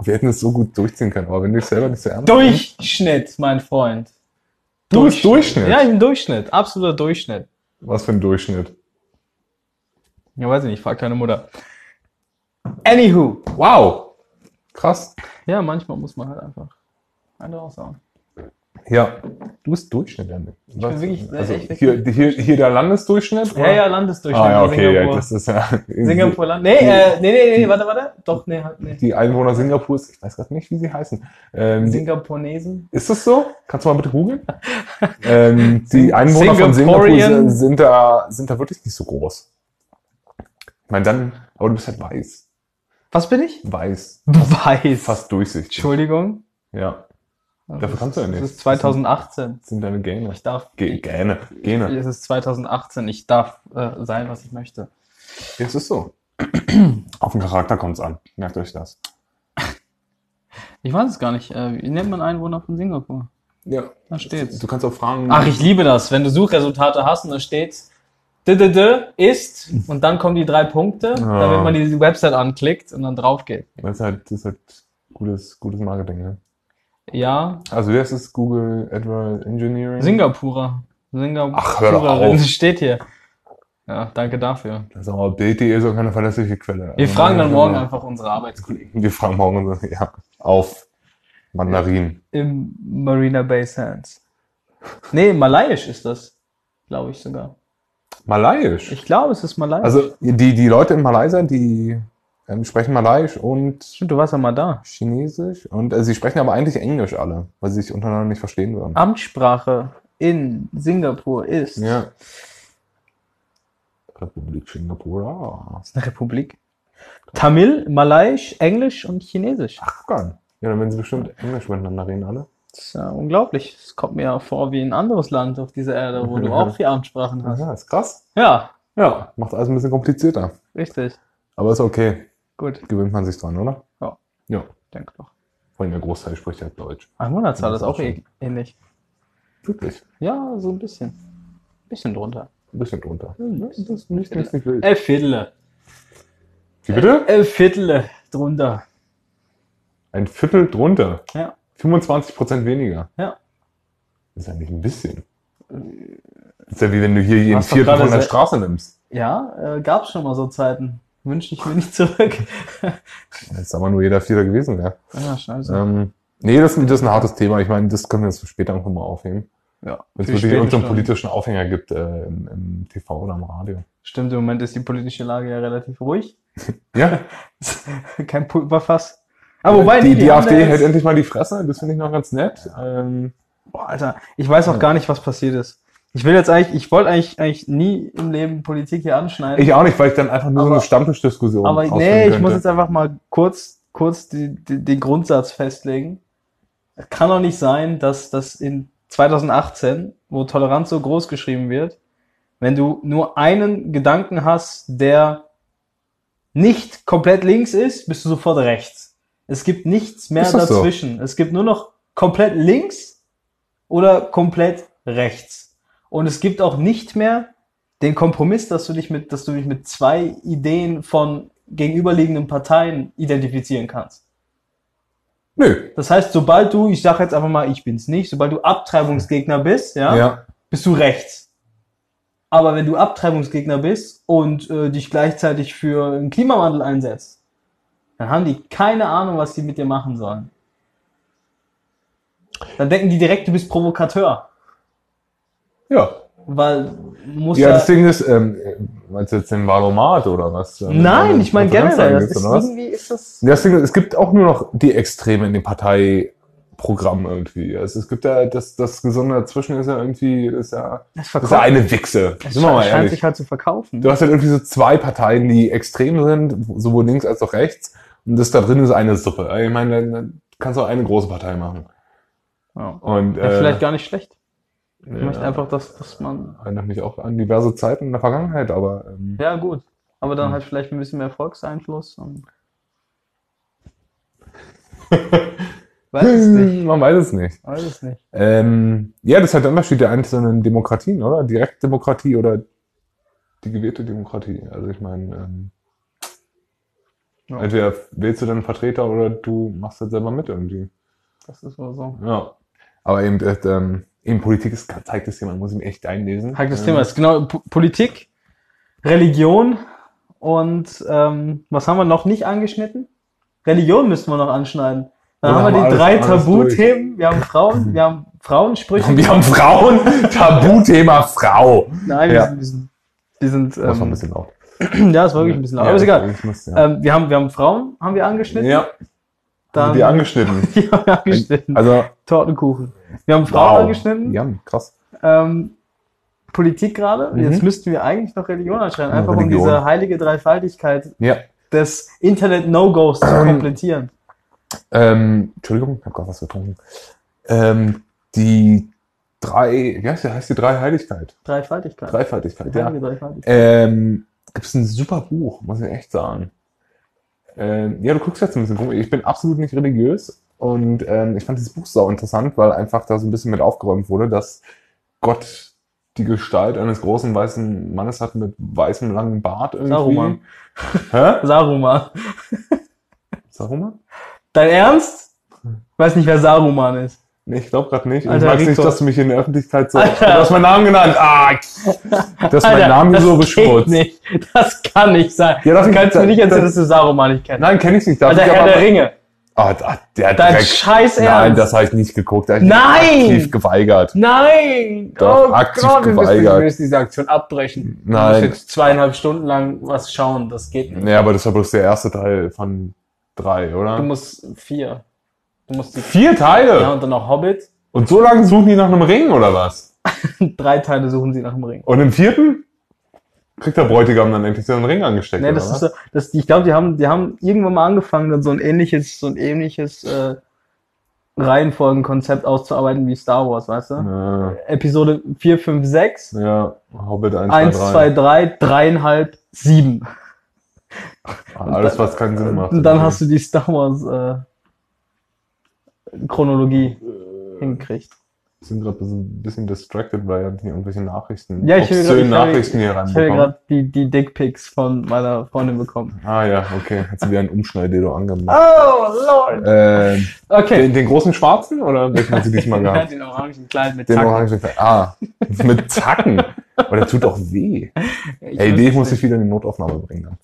Speaker 2: Wir hätten es so gut durchziehen können, aber wenn du dich selber nicht so ernst nimmst-
Speaker 1: Durchschnitt, mein Freund.
Speaker 2: Du bist Durchschnitt.
Speaker 1: Ja, ich bin Durchschnitt. Absoluter Durchschnitt.
Speaker 2: Was für ein Durchschnitt.
Speaker 1: Ja, weiß ich nicht, fragt deine Mutter. Anywho.
Speaker 2: Wow. Krass.
Speaker 1: Ja, manchmal muss man halt einfach eine raushauen.
Speaker 2: Ja. Du bist Durchschnitt, Jan. Ich
Speaker 1: bin wirklich-
Speaker 2: also
Speaker 1: echt wirklich-
Speaker 2: hier, hier, hier der Landesdurchschnitt?
Speaker 1: Ja, ja, Landesdurchschnitt.
Speaker 2: Ah, ja,
Speaker 1: in
Speaker 2: okay, ja,
Speaker 1: Singapur.
Speaker 2: das ist ja.
Speaker 1: Singapur Land. Nee, äh, nee, nee, nee, warte, warte. Doch, nee, halt, nee.
Speaker 2: Die Einwohner Singapurs, ich weiß gerade nicht, wie sie heißen. Ähm, die,
Speaker 1: Singaponesen.
Speaker 2: ist das so? Kannst du mal bitte googeln? ähm, die
Speaker 1: Sing-
Speaker 2: Einwohner von Singapur
Speaker 1: Singaporean.
Speaker 2: sind, sind, da, sind da wirklich nicht so groß. Ich meine, dann, aber du bist halt weiß.
Speaker 1: Was bin ich?
Speaker 2: Weiß.
Speaker 1: Weiß.
Speaker 2: Fast durchsichtig.
Speaker 1: Entschuldigung.
Speaker 2: Ja. Dafür kannst du ja nicht.
Speaker 1: Es ist 2018.
Speaker 2: sind deine Gene.
Speaker 1: Ich darf.
Speaker 2: Ge Gene. Gene.
Speaker 1: Es ist 2018. Ich darf äh, sein, was ich möchte.
Speaker 2: (clears throat) Es ist so. Auf den Charakter kommt's an. Merkt euch das.
Speaker 1: Ich weiß es gar nicht. Äh, wie nennt man Einwohner von Singapur?
Speaker 2: Ja.
Speaker 1: Da steht's.
Speaker 2: Du kannst auch fragen.
Speaker 1: Ach, ich liebe das. Wenn du Suchresultate hast und da steht's d -d -d ist und dann kommen die drei Punkte, damit man die Website anklickt und dann drauf geht.
Speaker 2: Das ist halt, das ist halt gutes, gutes Marketing, ne?
Speaker 1: Ja,
Speaker 2: Also, das ist Google Adverse Engineering.
Speaker 1: Singapurer. Singapurerin
Speaker 2: Ach, hör doch auf.
Speaker 1: (laughs) steht hier. Ja, danke dafür.
Speaker 2: Das ist aber Bild.de ist auch keine verlässliche Quelle.
Speaker 1: Wir
Speaker 2: Also,
Speaker 1: fragen dann
Speaker 2: also,
Speaker 1: morgen einfach unsere Arbeitskollegen
Speaker 2: (laughs) Wir fragen morgen unsere- ja, auf Mandarin.
Speaker 1: im Marina Bay Sands. Nee, malaiisch ist das, glaube ich sogar.
Speaker 2: Malayisch.
Speaker 1: Ich glaube, es ist malaiisch.
Speaker 2: Also die, die Leute in Malaysia, die ähm, sprechen Malayisch und
Speaker 1: Stimmt, du warst ja mal da.
Speaker 2: Chinesisch und äh, sie sprechen aber eigentlich Englisch alle, weil sie sich untereinander nicht verstehen würden.
Speaker 1: Amtssprache in Singapur ist
Speaker 2: Ja. Republik Singapur. ah,
Speaker 1: ist eine Republik. Tamil, Malaiisch, Englisch und Chinesisch.
Speaker 2: Ach, geil. Ja, dann werden sie bestimmt Englisch miteinander reden, alle.
Speaker 1: Das ist ja unglaublich. Es kommt mir ja vor wie ein anderes Land auf dieser Erde, wo du auch
Speaker 2: (laughs)
Speaker 1: vier Amtssprachen hast.
Speaker 2: Ja, ist krass.
Speaker 1: Ja,
Speaker 2: Mhm. Ja, macht alles ein bisschen komplizierter.
Speaker 1: richtig.
Speaker 2: Aber ist okay.
Speaker 1: Gut,
Speaker 2: Gewöhnt man sich dran, oder?
Speaker 1: Ja.
Speaker 2: Ja.
Speaker 1: denke doch.
Speaker 2: Vor allem der Großteil spricht halt Deutsch.
Speaker 1: Einwohnerzahl
Speaker 2: Das
Speaker 1: ist
Speaker 2: ist
Speaker 1: auch
Speaker 2: schön.
Speaker 1: eh- ähnlich.
Speaker 2: Wirklich.
Speaker 1: Ja, so ein bisschen. Ein bisschen drunter.
Speaker 2: Ein bisschen drunter.
Speaker 1: Das
Speaker 2: ist nicht,
Speaker 1: nicht-
Speaker 2: nicht wild.
Speaker 1: Elf Viertel.
Speaker 2: Wie bitte?
Speaker 1: Elf Viertel drunter.
Speaker 2: Ein Viertel drunter.
Speaker 1: Ja.
Speaker 2: 25% weniger.
Speaker 1: Ja.
Speaker 2: Das ist ja nicht ein bisschen. Das ist ja wie wenn du hier jeden
Speaker 1: Hast doch
Speaker 2: vierten von
Speaker 1: gerade
Speaker 2: der
Speaker 1: se-
Speaker 2: Straße nimmst.
Speaker 1: Ja, äh, gab's schon mal so Zeiten. Wünsche ich mir nicht
Speaker 2: (laughs)
Speaker 1: zurück.
Speaker 2: Jetzt aber nur jeder Vierter gewesen wäre.
Speaker 1: ja, scheiße.
Speaker 2: Ähm, nee, das, das ist ein hartes Thema. Ich meine, das können wir uns später irgendwann mal aufheben.
Speaker 1: Ja,
Speaker 2: Wenn
Speaker 1: für
Speaker 2: es wirklich
Speaker 1: späte
Speaker 2: irgendeinen
Speaker 1: Stunden.
Speaker 2: politischen Aufhänger gibt äh, im, im TV oder im Radio.
Speaker 1: Stimmt, im Moment ist die politische Lage ja relativ ruhig. (laughs)
Speaker 2: Ja,
Speaker 1: Kein Pulverfass. Aber wobei,
Speaker 2: Äh, die,
Speaker 1: nee,
Speaker 2: die,
Speaker 1: haben da
Speaker 2: AfD hält
Speaker 1: jetzt-
Speaker 2: endlich mal die Fresse. Das finde ich noch ganz nett. Ähm,
Speaker 1: Boah, Alter, ich weiß auch gar nicht, was passiert ist. Ich will jetzt eigentlich, ich wollte eigentlich, eigentlich nie im Leben Politik hier anschneiden.
Speaker 2: ich auch nicht, weil ich dann einfach nur so
Speaker 1: Aber-
Speaker 2: eine Stammtischdiskussion
Speaker 1: aber
Speaker 2: ausführen
Speaker 1: nee, ich
Speaker 2: könnte.
Speaker 1: muss jetzt einfach mal kurz, kurz die, die, den Grundsatz festlegen. Es kann doch nicht sein, dass das in 2018, wo Toleranz so groß geschrieben wird, wenn du nur einen Gedanken hast, der nicht komplett links ist, bist du sofort rechts. Es gibt nichts mehr
Speaker 2: Ist das so?
Speaker 1: dazwischen. Es gibt nur noch komplett links oder komplett rechts. Und es gibt auch nicht mehr den Kompromiss, dass du dich mit, dass du dich mit zwei Ideen von gegenüberliegenden Parteien identifizieren kannst.
Speaker 2: Nö.
Speaker 1: Das heißt, sobald du, ich sage jetzt einfach mal, ich bin's nicht, sobald du Abtreibungsgegner bist, ja,
Speaker 2: ja.
Speaker 1: bist du rechts. Aber wenn du Abtreibungsgegner bist und äh, dich gleichzeitig für den Klimawandel einsetzt, dann haben die keine Ahnung, was die mit dir machen sollen. Dann denken die direkt, du bist Provokateur,
Speaker 2: Ja.
Speaker 1: weil muss
Speaker 2: Ja, das Ding ist, ähm, meinst du jetzt den Valomat oder was? Ähm,
Speaker 1: Nein,
Speaker 2: wenn
Speaker 1: ich meine
Speaker 2: du Konferenz
Speaker 1: generell, das
Speaker 2: eingehst,
Speaker 1: ist
Speaker 2: oder was?
Speaker 1: irgendwie ist das
Speaker 2: Ja, Das Ding ist, es gibt auch nur noch die Extreme in dem Parteiprogramm irgendwie. Also es gibt ja, das, das Gesunde dazwischen ist ja irgendwie, ist ja,
Speaker 1: das
Speaker 2: ist ja eine Wichse.
Speaker 1: Es
Speaker 2: Sind wir
Speaker 1: sche-
Speaker 2: mal
Speaker 1: scheint
Speaker 2: ehrlich.
Speaker 1: sich halt zu verkaufen.
Speaker 2: Du hast halt irgendwie so zwei Parteien, die extrem sind, sowohl links als auch rechts. Und das da drin ist eine Suppe. Ich meine, dann- dann kannst du auch eine große Partei machen.
Speaker 1: ja.
Speaker 2: Und,
Speaker 1: Ja, vielleicht gar nicht schlecht.
Speaker 2: äh,
Speaker 1: Ich möchte einfach, dass, dass man.
Speaker 2: erinnert mich auch an diverse Zeiten in der Vergangenheit, aber ähm,
Speaker 1: Ja, gut. Aber dann
Speaker 2: Mhm.
Speaker 1: halt vielleicht ein bisschen mehr Volkseinfluss. (laughs) Und weiß es
Speaker 2: (laughs)
Speaker 1: nicht.
Speaker 2: man weiß es nicht.
Speaker 1: Weiß es nicht.
Speaker 2: Ähm, ja, das ist halt der Unterschied der einzelnen Demokratien, oder? Direktdemokratie oder die gewählte Demokratie. Also ich meine, ähm,
Speaker 1: Ja.
Speaker 2: entweder wählst du deinen Vertreter oder du machst das selber mit irgendwie.
Speaker 1: Das ist wohl so.
Speaker 2: Ja. Aber eben, das, ähm, eben Politik ist ein heikles Thema, muss ich mir echt einlesen.
Speaker 1: Hack das
Speaker 2: ähm,
Speaker 1: Thema ist genau Po- Politik, Religion und ähm, was haben wir noch nicht angeschnitten? Religion müssten wir noch anschneiden. Dann haben
Speaker 2: Ja,
Speaker 1: wir
Speaker 2: haben
Speaker 1: die
Speaker 2: wir
Speaker 1: drei
Speaker 2: alles- alles
Speaker 1: Tabuthemen. Wir haben Frauen, wir haben Frauensprüche.
Speaker 2: (laughs) Wir
Speaker 1: (laughs)
Speaker 2: haben Frauen, Tabuthema Frau.
Speaker 1: Nein,
Speaker 2: Ja.
Speaker 1: wir sind, wir sind, wir
Speaker 2: Das war ein
Speaker 1: sind
Speaker 2: bisschen laut.
Speaker 1: ähm, (clears throat) ja, ist wirklich ein bisschen laut. Aber ist
Speaker 2: Ja,
Speaker 1: egal.
Speaker 2: ich muss- ja.
Speaker 1: Ähm, wir, haben, wir haben Frauen, haben wir angeschnitten.
Speaker 2: ja, also
Speaker 1: dann, (laughs)
Speaker 2: die angeschnitten.
Speaker 1: die haben wir angeschnitten.
Speaker 2: Also,
Speaker 1: Tortenkuchen. Wir haben Frauen
Speaker 2: wow.
Speaker 1: angeschnitten.
Speaker 2: Ja, krass.
Speaker 1: Ähm, Politik gerade.
Speaker 2: Mhm.
Speaker 1: Jetzt müssten wir eigentlich noch Religion anschreiben,
Speaker 2: Ja,
Speaker 1: einfach um
Speaker 2: Religion.
Speaker 1: diese heilige Dreifaltigkeit
Speaker 2: Ja,
Speaker 1: des Internet-No-Gos zu komplettieren.
Speaker 2: Ähm, Entschuldigung, ich habe gerade was getrunken. Ähm, die drei, wie heißt die, heißt die Dreiheiligkeit?
Speaker 1: Dreifaltigkeit.
Speaker 2: Dreifaltigkeit, ja.
Speaker 1: Heilige Dreifaltigkeit.
Speaker 2: Ähm, Gibt es ein super Buch, muss ich echt sagen. Ähm, ja, du guckst jetzt ein bisschen rum. Ich bin absolut nicht religiös und ähm, ich fand dieses Buch sau interessant, weil einfach da so ein bisschen mit aufgeräumt wurde, dass Gott die Gestalt eines großen weißen Mannes hat mit weißem langen Bart irgendwie.
Speaker 1: Saruman.
Speaker 2: Hä?
Speaker 1: Saruman.
Speaker 2: Saruman?
Speaker 1: Dein Ernst? Weiß nicht, wer Saruman ist.
Speaker 2: Nee, ich glaube gerade nicht.
Speaker 1: Alter,
Speaker 2: ich mag
Speaker 1: Rico.
Speaker 2: nicht, dass du mich in der Öffentlichkeit so.
Speaker 1: Alter.
Speaker 2: Du hast meinen Namen genannt. Ah, du hast meinen
Speaker 1: Alter,
Speaker 2: Namen
Speaker 1: das
Speaker 2: so
Speaker 1: geht
Speaker 2: beschmutzt.
Speaker 1: Nicht. Das kann nicht sein.
Speaker 2: Ja, das-
Speaker 1: du kannst mir nicht erzählen,
Speaker 2: das-
Speaker 1: dass du Saruman nicht kennst.
Speaker 2: Nein, kenne ich nicht. Da hab
Speaker 1: Alter,
Speaker 2: ich
Speaker 1: Herr
Speaker 2: aber-
Speaker 1: der Ringe.
Speaker 2: Ah, da, der
Speaker 1: Dein
Speaker 2: Dreck.
Speaker 1: scheiß
Speaker 2: Nein,
Speaker 1: Ernst.
Speaker 2: das habe ich nicht geguckt. Da hab ich
Speaker 1: Nein!
Speaker 2: mich aktiv geweigert.
Speaker 1: Nein!
Speaker 2: Doch,
Speaker 1: oh
Speaker 2: aktiv
Speaker 1: Gott, wir müssen, wir
Speaker 2: geweigert.
Speaker 1: müssen diese Aktion abbrechen.
Speaker 2: Nein.
Speaker 1: Wir müssen jetzt zweieinhalb Stunden lang was schauen. Das geht nicht.
Speaker 2: Nee, aber das war bloß der erste Teil von drei,
Speaker 1: Hm. Du
Speaker 2: oder?
Speaker 1: musst vier. Du musst die
Speaker 2: Vier Teile?
Speaker 1: Ja, und dann noch Hobbit. (laughs)
Speaker 2: Und so lange suchen die nach einem Ring, oder was?
Speaker 1: Drei Teile suchen sie nach dem Ring.
Speaker 2: Und im vierten kriegt der Bräutigam dann endlich seinen Ring angesteckt,
Speaker 1: Nee,
Speaker 2: oder
Speaker 1: das
Speaker 2: was?
Speaker 1: ist so, das, ich glaube, die haben, die haben irgendwann mal angefangen, dann so ein ähnliches, so ein ähnliches äh, Reihenfolgenkonzept auszuarbeiten wie Star Wars, weißt du?
Speaker 2: ja,
Speaker 1: Episode 4, 5, 6,
Speaker 2: ja, Hobbit 1,
Speaker 1: 1,
Speaker 2: 2,
Speaker 1: 2, 3, 3,5, 7.
Speaker 2: Alles, was keinen Sinn macht. Also,
Speaker 1: Und Äh, dann hast du die Star Wars äh, Chronologie hingekriegt.
Speaker 2: Wir äh, sind gerade ein bisschen distracted, weil wir irgendwelche Nachrichten,
Speaker 1: Ja, ich höre
Speaker 2: obszönen
Speaker 1: grad- ich höre-
Speaker 2: Nachrichten hier
Speaker 1: Ich habe
Speaker 2: reinbekommen.
Speaker 1: gerade die, die Dickpics von meiner Freundin bekommen.
Speaker 2: Ah ja, okay. Hat sie wieder einen Umschneidedo angemacht.
Speaker 1: Oh, Lord!
Speaker 2: Ähm,
Speaker 1: Okay.
Speaker 2: den, den großen schwarzen oder welchen hat
Speaker 1: (laughs)
Speaker 2: sie diesmal
Speaker 1: Ja,
Speaker 2: gehabt?
Speaker 1: den orangen Kleid mit
Speaker 2: Den
Speaker 1: Zacken.
Speaker 2: orangen. Ah, mit Zacken. Aber der tut doch weh.
Speaker 1: Ich
Speaker 2: Ey,
Speaker 1: weiß
Speaker 2: den muss
Speaker 1: nicht.
Speaker 2: ich wieder in die Notaufnahme bringen. Dann.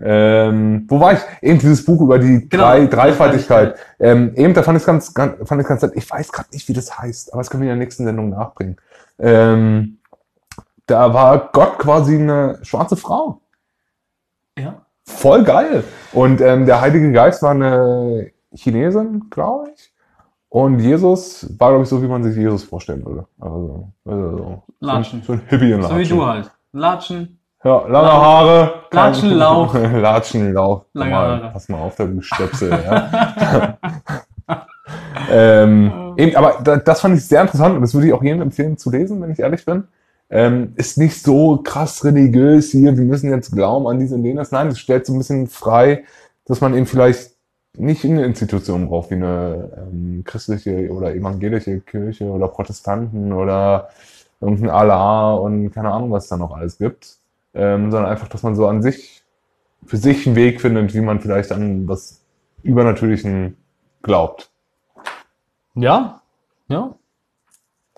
Speaker 2: Ähm, wo war ich? Eben dieses Buch über die
Speaker 1: Genau,
Speaker 2: drei, Dreifaltigkeit. Ähm, eben, da fand ich ganz, ganz, fand ich ganz, nett. ich weiß gerade nicht, wie das heißt, aber das können wir in der nächsten Sendung nachbringen. Ähm, da war Gott quasi eine schwarze Frau.
Speaker 1: Ja.
Speaker 2: Voll geil. Und ähm, der Heilige Geist war eine Chinesin, glaube ich. Und Jesus war, glaube ich, so, wie man sich Jesus vorstellen würde. Also, also so-
Speaker 1: Latschen.
Speaker 2: So ein Hippie in
Speaker 1: So wie du halt. Latschen.
Speaker 2: ja, lange Haare. kein-
Speaker 1: Latschenlauch.
Speaker 2: (laughs) Latschenlauch.
Speaker 1: Lange
Speaker 2: Mal,
Speaker 1: Haare.
Speaker 2: Pass mal auf, der Stöpsel. ja. ähm, eben, aber da, das fand ich sehr interessant und das würde ich auch jedem empfehlen zu lesen, wenn ich ehrlich bin. Ähm, ist nicht so krass religiös hier, wir müssen jetzt glauben an dies und jenes. Nein, das stellt so ein bisschen frei, dass man eben vielleicht nicht in eine Institution braucht, wie eine ähm, christliche oder evangelische Kirche oder Protestanten oder irgendein Allah und keine Ahnung, was es da noch alles gibt, ähm, sondern einfach, dass man so an sich, für sich einen Weg findet, wie man vielleicht an was Übernatürlichen glaubt.
Speaker 1: Ja. Ja.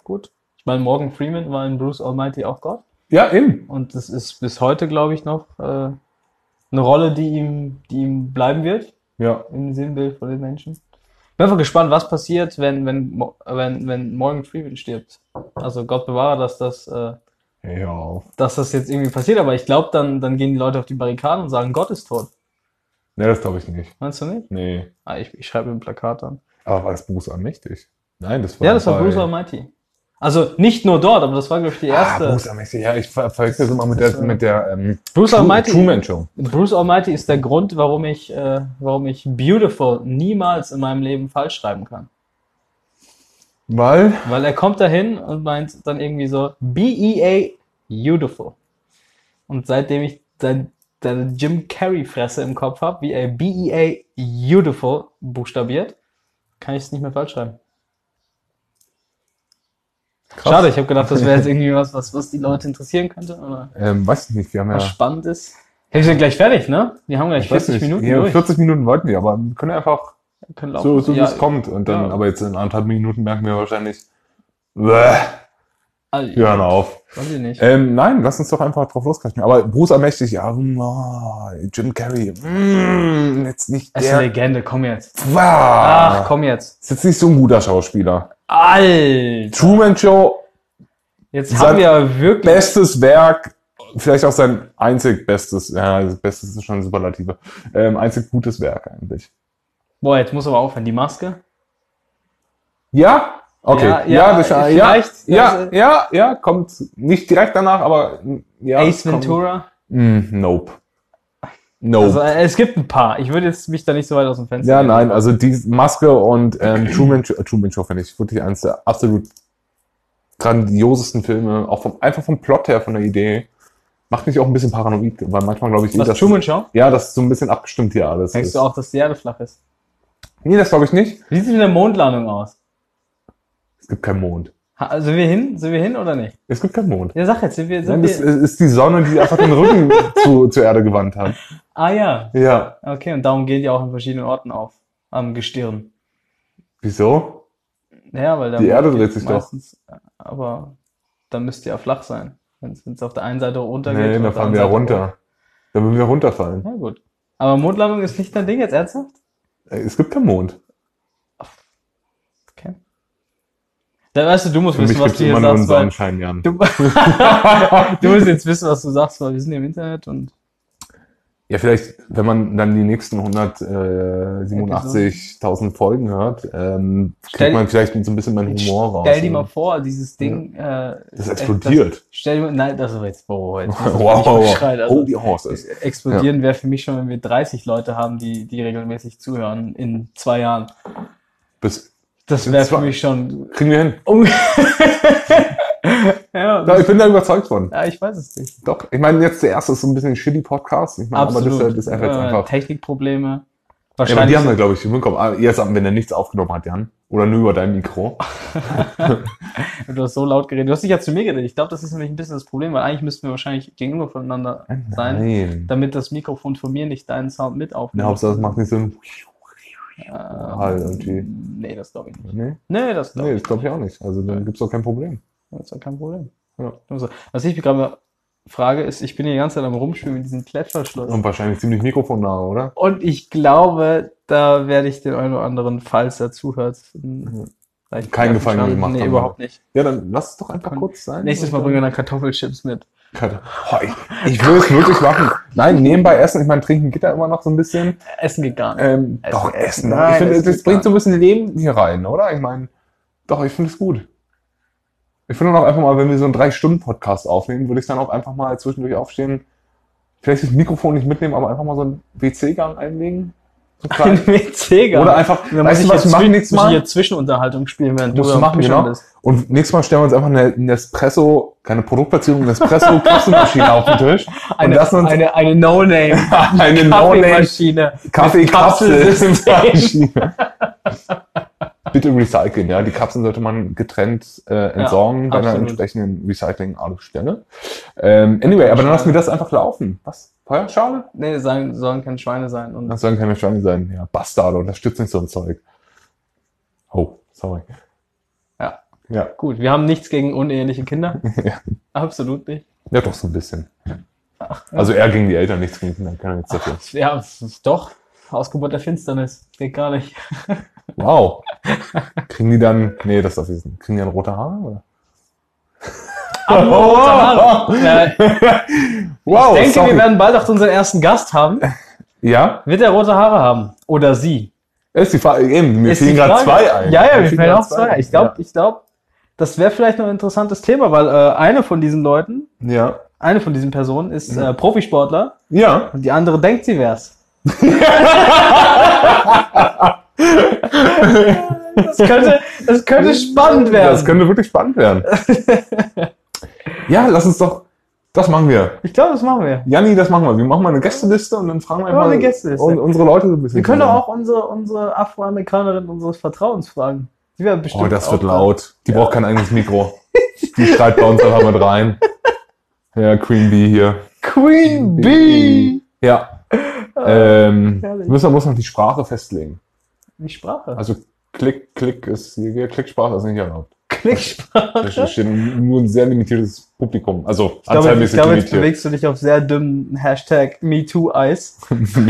Speaker 2: Gut.
Speaker 1: Ich meine, Morgan Freeman war in Bruce Almighty auch Gott.
Speaker 2: Ja, eben.
Speaker 1: Und das ist bis heute, glaube ich, noch äh, eine Rolle, die ihm, die ihm bleiben wird
Speaker 2: Ja,
Speaker 1: im Sinnbild von den Menschen. Bin einfach gespannt, was passiert, wenn, wenn, Mo- wenn, wenn Morgan Freeman stirbt. Also Gott bewahre, dass das, äh,
Speaker 2: hör auf.
Speaker 1: dass das jetzt irgendwie passiert, aber ich glaube, dann, dann gehen die Leute auf die Barrikaden und sagen, Gott ist tot.
Speaker 2: Ne, das glaube ich nicht.
Speaker 1: Meinst du nicht?
Speaker 2: Nee.
Speaker 1: Ah, ich, ich schreibe ein Plakat an.
Speaker 2: Aber war das Bruce allmächtig? Nein, das war
Speaker 1: Ja, das war
Speaker 2: bei-
Speaker 1: Bruce Almighty. Also nicht nur dort, aber das war, glaube ich, die erste.
Speaker 2: Ah, Bruce allmächtig. Ja, ich ver verwechsel das immer mit
Speaker 1: Das
Speaker 2: der,
Speaker 1: war-
Speaker 2: mit der ähm,
Speaker 1: Bruce
Speaker 2: Tru-
Speaker 1: Almighty.
Speaker 2: Truman Show.
Speaker 1: Bruce Almighty ist der Grund, warum ich, äh, warum ich Beautiful niemals in meinem Leben falsch schreiben kann.
Speaker 2: Weil
Speaker 1: Weil er kommt dahin und meint dann irgendwie so B-E-A Beautiful. Und seitdem ich sein, seine Jim Carrey-Fresse im Kopf habe, wie er B-E-A Beautiful buchstabiert, kann ich es nicht mehr falsch schreiben.
Speaker 2: Krass.
Speaker 1: Schade, ich habe gedacht, das wäre
Speaker 2: (laughs)
Speaker 1: jetzt irgendwie was, was, was die Leute interessieren könnte oder
Speaker 2: ähm, weiß ich nicht, wir haben ja.
Speaker 1: was spannend ist. Hey, wir sind gleich fertig, ne? Wir haben gleich
Speaker 2: Ich weiß
Speaker 1: 40
Speaker 2: nicht,
Speaker 1: Minuten
Speaker 2: ja,
Speaker 1: durch.
Speaker 2: 40 Minuten wollten wir, aber wir können einfach
Speaker 1: Können laufen.
Speaker 2: so, so wie
Speaker 1: Ja,
Speaker 2: es kommt. Und dann,
Speaker 1: Ja.
Speaker 2: aber jetzt in anderthalb Minuten merken wir wahrscheinlich, bäh,
Speaker 1: also,
Speaker 2: wir hören auf.
Speaker 1: Weiß ich nicht.
Speaker 2: Ähm, nein, lass uns doch einfach drauf losquatschen. Aber Bruce Allmächtig, ja, mm, ah, Jim Carrey, mm, jetzt nicht
Speaker 1: es ist eine
Speaker 2: der. Ah.
Speaker 1: Legende, komm jetzt. Ach,
Speaker 2: Ach, komm.
Speaker 1: komm jetzt.
Speaker 2: Ist jetzt nicht so ein guter Schauspieler.
Speaker 1: Alter.
Speaker 2: Truman Show,
Speaker 1: Jetzt
Speaker 2: Sein
Speaker 1: haben wir wirklich.
Speaker 2: bestes Werk, vielleicht auch sein einzig bestes, ja, also bestes ist schon eine Superlative, ähm, einzig gutes Werk eigentlich.
Speaker 1: Boah, jetzt muss aber aufhören. Die Maske.
Speaker 2: Ja? Okay.
Speaker 1: Ja,
Speaker 2: Ja,
Speaker 1: ja,
Speaker 2: das, ja,
Speaker 1: vielleicht.
Speaker 2: ja,
Speaker 1: Also-
Speaker 2: ja, ja, kommt nicht direkt danach, aber mm, ja.
Speaker 1: Ace
Speaker 2: kommt.
Speaker 1: Ventura.
Speaker 2: Mm, nope. Nope.
Speaker 1: Also, äh, es gibt ein paar. Ich würde jetzt mich da nicht so weit aus dem Fenster.
Speaker 2: Ja,
Speaker 1: lehnen.
Speaker 2: nein, also die Maske und ähm, Truman, Show- äh, Truman Show finde ich wirklich eines der absolut grandiosesten Filme, auch vom, einfach vom Plot her, von der Idee. Macht mich auch ein bisschen paranoid, weil manchmal glaube ich, eh,
Speaker 1: Was,
Speaker 2: dass-
Speaker 1: Truman Show?
Speaker 2: ja, das ist so ein bisschen abgestimmt hier alles.
Speaker 1: Denkst
Speaker 2: ist.
Speaker 1: du auch, dass die Erde flach ist?
Speaker 2: Nee, das glaube ich nicht.
Speaker 1: Wie sieht es mit der Mondlandung aus?
Speaker 2: Es gibt keinen Mond.
Speaker 1: Ha, sind wir hin? Sind wir hin oder nicht?
Speaker 2: Es gibt keinen Mond.
Speaker 1: Ja, sag jetzt, sind wir, sind
Speaker 2: Nein, das
Speaker 1: wir.
Speaker 2: ist die Sonne, die einfach
Speaker 1: (laughs)
Speaker 2: den Rücken zu, zur Erde gewandt hat.
Speaker 1: Ah ja,
Speaker 2: Ja.
Speaker 1: okay, und darum geht ja auch in verschiedenen Orten auf. Am Gestirn.
Speaker 2: Wieso?
Speaker 1: Ja, weil der
Speaker 2: Die
Speaker 1: Mond
Speaker 2: Erde
Speaker 1: geht
Speaker 2: dreht sich doch.
Speaker 1: meistens, äh, Aber dann müsste ja flach sein. Wenn es auf der einen Seite runter geht.
Speaker 2: Nee,
Speaker 1: und
Speaker 2: da
Speaker 1: auf der
Speaker 2: fahren wir ja
Speaker 1: anderen Seite
Speaker 2: runter. Da würden wir runterfallen.
Speaker 1: hoch. Ja, gut. Aber Mondlandung ist nicht dein Ding jetzt ernsthaft?
Speaker 2: Äh, Es gibt keinen Mond.
Speaker 1: Okay. Dann weißt du, du musst
Speaker 2: Für mich
Speaker 1: wissen, was
Speaker 2: gibt es
Speaker 1: du hier
Speaker 2: immer nur einen
Speaker 1: sagst, weil
Speaker 2: Sonnenschein, Jan.
Speaker 1: du, (laughs) du musst jetzt wissen, was du sagst, weil wir sind hier im Internet und
Speaker 2: Ja, vielleicht, wenn man dann die nächsten 187.000 Folgen hört, ähm,
Speaker 1: Stell-
Speaker 2: kriegt man vielleicht so ein bisschen meinen Humor raus. Also,
Speaker 1: Stell dir mal vor, dieses Ding. Äh,
Speaker 2: Das
Speaker 1: echt,
Speaker 2: explodiert.
Speaker 1: Das, stell dir mal, nein, das ist jetzt, boah,
Speaker 2: (laughs)
Speaker 1: jetzt muss ich
Speaker 2: wow,
Speaker 1: nicht
Speaker 2: wow.
Speaker 1: schreien, also,
Speaker 2: oh, die Horses.
Speaker 1: Explodieren wäre für mich schon, wenn wir 30 Leute haben, die, die regelmäßig zuhören in zwei Jahren.
Speaker 2: Bis,
Speaker 1: Das wäre für
Speaker 2: zwei-
Speaker 1: mich schon.
Speaker 2: kriegen wir hin.
Speaker 1: Um (laughs) ja,
Speaker 2: Ja,
Speaker 1: das,
Speaker 2: ich bin da überzeugt von.
Speaker 1: ja, ich weiß es nicht.
Speaker 2: Doch. Ich meine, jetzt der erste ist so ein bisschen ein shitty Podcast. Ich meine, aber das,
Speaker 1: Absolut.
Speaker 2: ist ja- das ist einfach jetzt
Speaker 1: äh,
Speaker 2: einfach.
Speaker 1: Technikprobleme.
Speaker 2: Ja, aber
Speaker 1: Wahrscheinlich.
Speaker 2: die haben wir, glaube ich, hinbekommen. Ah, Jetzt, wenn er nichts aufgenommen hat, Jan. Oder nur über dein Mikro.
Speaker 1: Du hast so laut geredet. Du hast dich ja zu mir geredet. Ich glaube, das ist nämlich ein bisschen das Problem, weil eigentlich müssten wir wahrscheinlich gegenüber voneinander sein,
Speaker 2: Nein.
Speaker 1: damit das Mikrofon von mir nicht deinen Sound mit
Speaker 2: Na,
Speaker 1: aufnimmt.
Speaker 2: Hauptsache, es macht nicht so ein.
Speaker 1: Äh,
Speaker 2: Halt irgendwie.
Speaker 1: nee, das glaube ich nicht.
Speaker 2: Nee,
Speaker 1: Nee, das glaube
Speaker 2: nee
Speaker 1: ich
Speaker 2: das glaube ich auch nicht. Also, dann gibt's doch kein Problem.
Speaker 1: Das ist ja kein Problem.
Speaker 2: Ja.
Speaker 1: Also, was ich mich gerade frage, ist, ich bin hier die ganze Zeit am Rumspielen mit diesem Klettverschluss.
Speaker 2: Und wahrscheinlich ziemlich mikrofonnah, oder?
Speaker 1: Und ich glaube, da werde ich den einen oder anderen, falls er zuhört, einen leichten
Speaker 2: Keinen Gefallen
Speaker 1: Nervenschlag-
Speaker 2: gemacht
Speaker 1: Nee,
Speaker 2: haben.
Speaker 1: überhaupt nicht.
Speaker 2: Ja, dann lass es doch einfach
Speaker 1: Komm,
Speaker 2: kurz sein.
Speaker 1: Nächstes Mal bringen wir dann Kartoffelchips mit.
Speaker 2: Karte. Oh, ich, ich will es wirklich machen. Nein, nebenbei essen. Ich meine, trinken geht da immer noch so ein bisschen.
Speaker 1: Essen geht gar nicht.
Speaker 2: Ähm,
Speaker 1: Essen,
Speaker 2: doch, essen.
Speaker 1: nein,
Speaker 2: ich finde,
Speaker 1: essen
Speaker 2: das
Speaker 1: geht
Speaker 2: bringt
Speaker 1: gar
Speaker 2: so ein bisschen Leben hier rein, oder? Ich meine, doch, ich finde es gut. Ich finde auch einfach mal, wenn wir so einen Drei-Stunden-Podcast aufnehmen, würde ich dann auch einfach mal zwischendurch aufstehen. Vielleicht das Mikrofon nicht mitnehmen, aber einfach mal so einen WC-Gang einlegen. So klein.
Speaker 1: (laughs) Ein WC-Gang.
Speaker 2: Oder einfach,
Speaker 1: Dann muss
Speaker 2: weißt du,
Speaker 1: ich
Speaker 2: was wir
Speaker 1: jetzt
Speaker 2: machen
Speaker 1: zwi-
Speaker 2: nächstes
Speaker 1: muss ich
Speaker 2: Mal?
Speaker 1: jetzt Zwischenunterhaltung spielen, während
Speaker 2: Musst du
Speaker 1: am
Speaker 2: machen,
Speaker 1: Pischern
Speaker 2: genau.
Speaker 1: bist.
Speaker 2: Und nächstes Mal stellen wir uns einfach eine Nespresso, keine Produktplatzierung, eine Nespresso-Kaffeemaschine auf den Tisch.
Speaker 1: Eine,
Speaker 2: lassen uns-
Speaker 1: eine, eine No-Name.
Speaker 2: (laughs) Eine
Speaker 1: Kaffeemaschine. (laughs)
Speaker 2: (laughs) Kaffee-Kapsel. Bitte recyceln, ja. Die Kapseln sollte man getrennt äh, entsorgen bei einer
Speaker 1: absolut.
Speaker 2: entsprechenden Recycling-Anstelle. Ähm, anyway, aber dann lassen wir das einfach laufen. Was? Feuerschale?
Speaker 1: Nee, sagen, sollen keine Schweine sein. Und
Speaker 2: Das sollen keine Schweine sein. Ja, Bastarde, unterstützt nicht so ein Zeug. Oh, sorry.
Speaker 1: Ja.
Speaker 2: Ja,
Speaker 1: gut, wir haben nichts gegen uneheliche Kinder.
Speaker 2: (laughs) Ja.
Speaker 1: Absolut nicht.
Speaker 2: ja doch so ein bisschen. Also er gegen die Eltern, nichts gegen die Kinder, kann er nichts dafür.
Speaker 1: Ja, es ist doch. Ausgeburt der Finsternis. Geht gar
Speaker 2: (laughs)
Speaker 1: nicht. (laughs)
Speaker 2: Wow. Kriegen die dann, nee, das darf ich nicht. Kriegen die dann rote Haare? Oder?
Speaker 1: Apropos rote Haare.
Speaker 2: wow,
Speaker 1: ich denke,
Speaker 2: sorry.
Speaker 1: wir werden bald auch unseren ersten Gast haben.
Speaker 2: ja,
Speaker 1: Wird er rote Haare haben? Oder sie?
Speaker 2: ist die Frage, eben, mir
Speaker 1: Ist die
Speaker 2: fielen gerade
Speaker 1: Frage.
Speaker 2: zwei ein.
Speaker 1: Ja, ja,
Speaker 2: Mir
Speaker 1: mir
Speaker 2: fielen
Speaker 1: fällen
Speaker 2: grad
Speaker 1: auch zwei. ein. Ich glaube, ich glaube, das wäre vielleicht noch ein interessantes Thema, weil äh, eine von diesen Leuten,
Speaker 2: Ja.
Speaker 1: eine von diesen Personen ist
Speaker 2: Mhm.
Speaker 1: äh, Profisportler
Speaker 2: Ja.
Speaker 1: und die andere denkt, sie
Speaker 2: (laughs)
Speaker 1: wär's. das, könnte, das könnte spannend werden.
Speaker 2: Das könnte wirklich
Speaker 1: (laughs)
Speaker 2: spannend werden. ja, lass uns doch, das machen wir.
Speaker 1: ich glaube, das machen wir.
Speaker 2: Janni, das machen wir. Wir machen mal eine Gästeliste und dann fragen wir
Speaker 1: Wir machen
Speaker 2: mal
Speaker 1: eine Gästeliste.
Speaker 2: un- unsere Leute so ein bisschen.
Speaker 1: Wir können
Speaker 2: zusammen.
Speaker 1: doch auch unsere, unsere Afroamerikanerin unseres Vertrauens fragen. Die wäre bestimmt
Speaker 2: Oh, das
Speaker 1: auch
Speaker 2: wird
Speaker 1: da.
Speaker 2: laut. Die braucht kein
Speaker 1: (laughs)
Speaker 2: eigenes Mikro. Die schreit bei uns einfach mit rein. Ja, Queen Bee hier.
Speaker 1: Queen Bee!
Speaker 2: Ja. Ähm,
Speaker 1: Ah, herrlich.
Speaker 2: müssen, wir- muss noch die Sprache festlegen.
Speaker 1: Die Sprache.
Speaker 2: Also Klick, Klick ist hier, Klicksprache ist nicht erlaubt. (laughs) Das
Speaker 1: Klicksprache.
Speaker 2: ist nur ein sehr limitiertes Publikum. Also
Speaker 1: Ich glaube, ich
Speaker 2: anzahlmäßig
Speaker 1: glaube, jetzt
Speaker 2: limitiert.
Speaker 1: bewegst du dich auf sehr dünnem Hashtag MeToo-Eis. (laughs)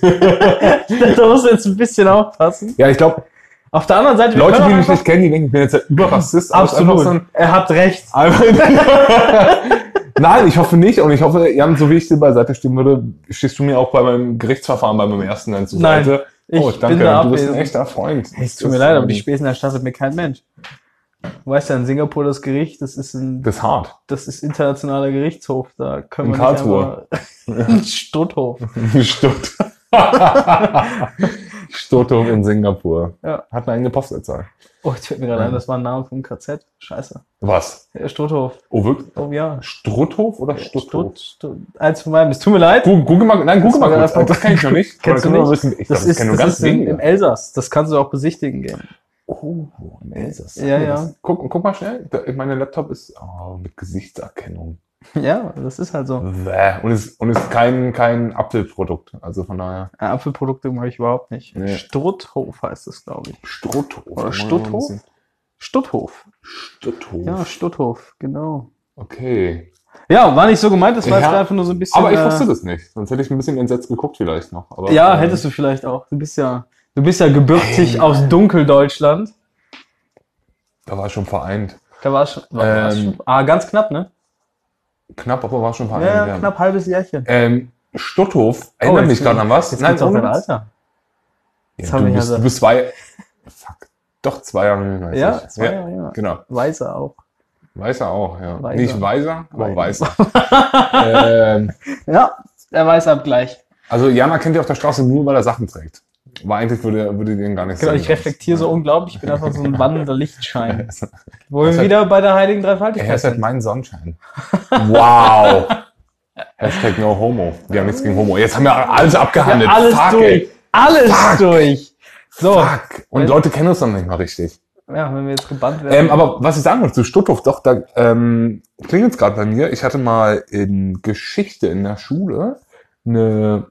Speaker 1: da musst du jetzt ein bisschen aufpassen.
Speaker 2: (laughs) ja, ich glaube,
Speaker 1: Auf der anderen Seite, wir
Speaker 2: Leute,
Speaker 1: können
Speaker 2: die
Speaker 1: auch
Speaker 2: mich
Speaker 1: einfach-
Speaker 2: nicht kennen, die denken, ich bin jetzt der Überrassist. aber es ist einfach
Speaker 1: Absolut.
Speaker 2: so ein-
Speaker 1: er hat recht.
Speaker 2: Einfach- (laughs) Nein, ich hoffe nicht. Und ich hoffe, Jan, so wie ich dir beiseite stehen würde, stehst du mir auch bei meinem Gerichtsverfahren, bei meinem ersten dann zur
Speaker 1: Nein,
Speaker 2: Seite.
Speaker 1: ich
Speaker 2: oh, danke.
Speaker 1: bin da
Speaker 2: du bist ein
Speaker 1: abwesend.
Speaker 2: echter Freund.
Speaker 1: Es tut mir leid, aber die Spesen erstattet mir kein Mensch. Du weißt ja, in Singapur das Gericht, das ist ein,
Speaker 2: Das ist hart.
Speaker 1: das ist internationaler Gerichtshof. Da können
Speaker 2: In
Speaker 1: wir (laughs)
Speaker 2: Karlsruhe. (laughs)
Speaker 1: nicht einfach... Stutthof.
Speaker 2: Stimmt. Stoturm in Singapur.
Speaker 1: Ja.
Speaker 2: Hat eine eigene Postleitzahl.
Speaker 1: Oh, jetzt fällt mir gerade ein,
Speaker 2: Ja.
Speaker 1: das war ein Name vom KZ. Scheiße.
Speaker 2: Was?
Speaker 1: Herr Struthof.
Speaker 2: Oh, wirklich?
Speaker 1: Oh ja.
Speaker 2: Strutthof oder Stutthof?
Speaker 1: Strut, Strut, eins von beiden. Es tut mir leid.
Speaker 2: Gu- Google mal, nein, Google
Speaker 1: Das
Speaker 2: mal
Speaker 1: war
Speaker 2: kurz.
Speaker 1: das-
Speaker 2: Das kenn ich noch nicht. Aber
Speaker 1: Kennst
Speaker 2: da
Speaker 1: du
Speaker 2: können wir
Speaker 1: nicht?
Speaker 2: wissen-
Speaker 1: Das
Speaker 2: Ich glaube, das
Speaker 1: ist,
Speaker 2: kennen nur
Speaker 1: das
Speaker 2: ganz
Speaker 1: ist in,
Speaker 2: wenige.
Speaker 1: im Elsass. Das kannst du auch besichtigen gehen. (laughs)
Speaker 2: Oh, im Elsass.
Speaker 1: Ja, ja.
Speaker 2: Das- Guck, guck mal schnell. Da, mein Laptop ist oh, mit Gesichtserkennung.
Speaker 1: Ja, das ist halt so.
Speaker 2: Bäh. Und ist, und ist kein, kein Apfelprodukt. Also von daher.
Speaker 1: Äh, Apfelprodukte mache ich überhaupt nicht.
Speaker 2: Nee.
Speaker 1: Strutthof heißt es, glaube ich.
Speaker 2: Strutthof.
Speaker 1: Oder
Speaker 2: Kann man
Speaker 1: Stutthof?
Speaker 2: noch ein bisschen-
Speaker 1: Stutthof.
Speaker 2: Stutthof.
Speaker 1: Ja, Stutthof, genau.
Speaker 2: Okay.
Speaker 1: Ja, war nicht so gemeint, das war jetzt
Speaker 2: Ja.
Speaker 1: einfach nur so ein bisschen.
Speaker 2: Aber ich
Speaker 1: äh,
Speaker 2: wusste das nicht. Sonst hätte ich ein bisschen entsetzt geguckt vielleicht noch. Aber,
Speaker 1: Ja,
Speaker 2: äh,
Speaker 1: hättest du vielleicht auch. Du bist ja, du bist ja gebürtig
Speaker 2: Ey.
Speaker 1: aus Dunkeldeutschland.
Speaker 2: Da war ich schon vereint.
Speaker 1: Da war es schon, war- war es
Speaker 2: Ähm. Ah,
Speaker 1: schon. Ah, ganz knapp, ne?
Speaker 2: Knapp, aber war schon vereint.
Speaker 1: Ja, ja, knapp halbes Jährchen.
Speaker 2: Ähm, Stutthof. Erinnert
Speaker 1: jetzt
Speaker 2: mich gerade an was.
Speaker 1: Jetzt geht's auf
Speaker 2: ohne
Speaker 1: dein
Speaker 2: Witz.
Speaker 1: Alter. also
Speaker 2: Ja,
Speaker 1: Jetzt
Speaker 2: du,
Speaker 1: haben wir
Speaker 2: bist,
Speaker 1: ja-
Speaker 2: du bist zwei. Fuck. Doch, zwei Jahre jünger als
Speaker 1: Ja,
Speaker 2: ich.
Speaker 1: zwei Jahre jünger.
Speaker 2: Genau.
Speaker 1: Weißer auch.
Speaker 2: Weißer auch, ja.
Speaker 1: Weißer.
Speaker 2: Nicht weißer, aber
Speaker 1: Weißer.
Speaker 2: weißer.
Speaker 1: (laughs)
Speaker 2: ähm,
Speaker 1: Ja, der Weißabgleich.
Speaker 2: also Jana kennt ihr auf der Straße nur, weil er Sachen trägt. Aber eigentlich würde, würde den gar nicht
Speaker 1: Genau,
Speaker 2: sagen.
Speaker 1: ich reflektiere so unglaublich. Ich bin einfach so ein wandelnder
Speaker 2: (laughs)
Speaker 1: Lichtschein. Wo
Speaker 2: Das
Speaker 1: wir
Speaker 2: hat-
Speaker 1: wieder bei der heiligen
Speaker 2: Er
Speaker 1: Dreifaltigkeit
Speaker 2: ist halt
Speaker 1: sind.
Speaker 2: mein Sonnenschein. Wow. (laughs) Hashtag no homo. Wir haben nichts gegen Homo. Jetzt haben wir alles abgehandelt.
Speaker 1: Ja, alles
Speaker 2: Fuck,
Speaker 1: durch.
Speaker 2: ey.
Speaker 1: Alles durch. So.
Speaker 2: Fuck. Und Leute kennen uns dann nicht mal richtig.
Speaker 1: Ja, wenn wir jetzt gebannt werden.
Speaker 2: Ähm, aber was ich sagen wollte zu Stutthof, doch, da ähm, klingelt es gerade bei mir. Ich hatte mal in Geschichte in der Schule eine,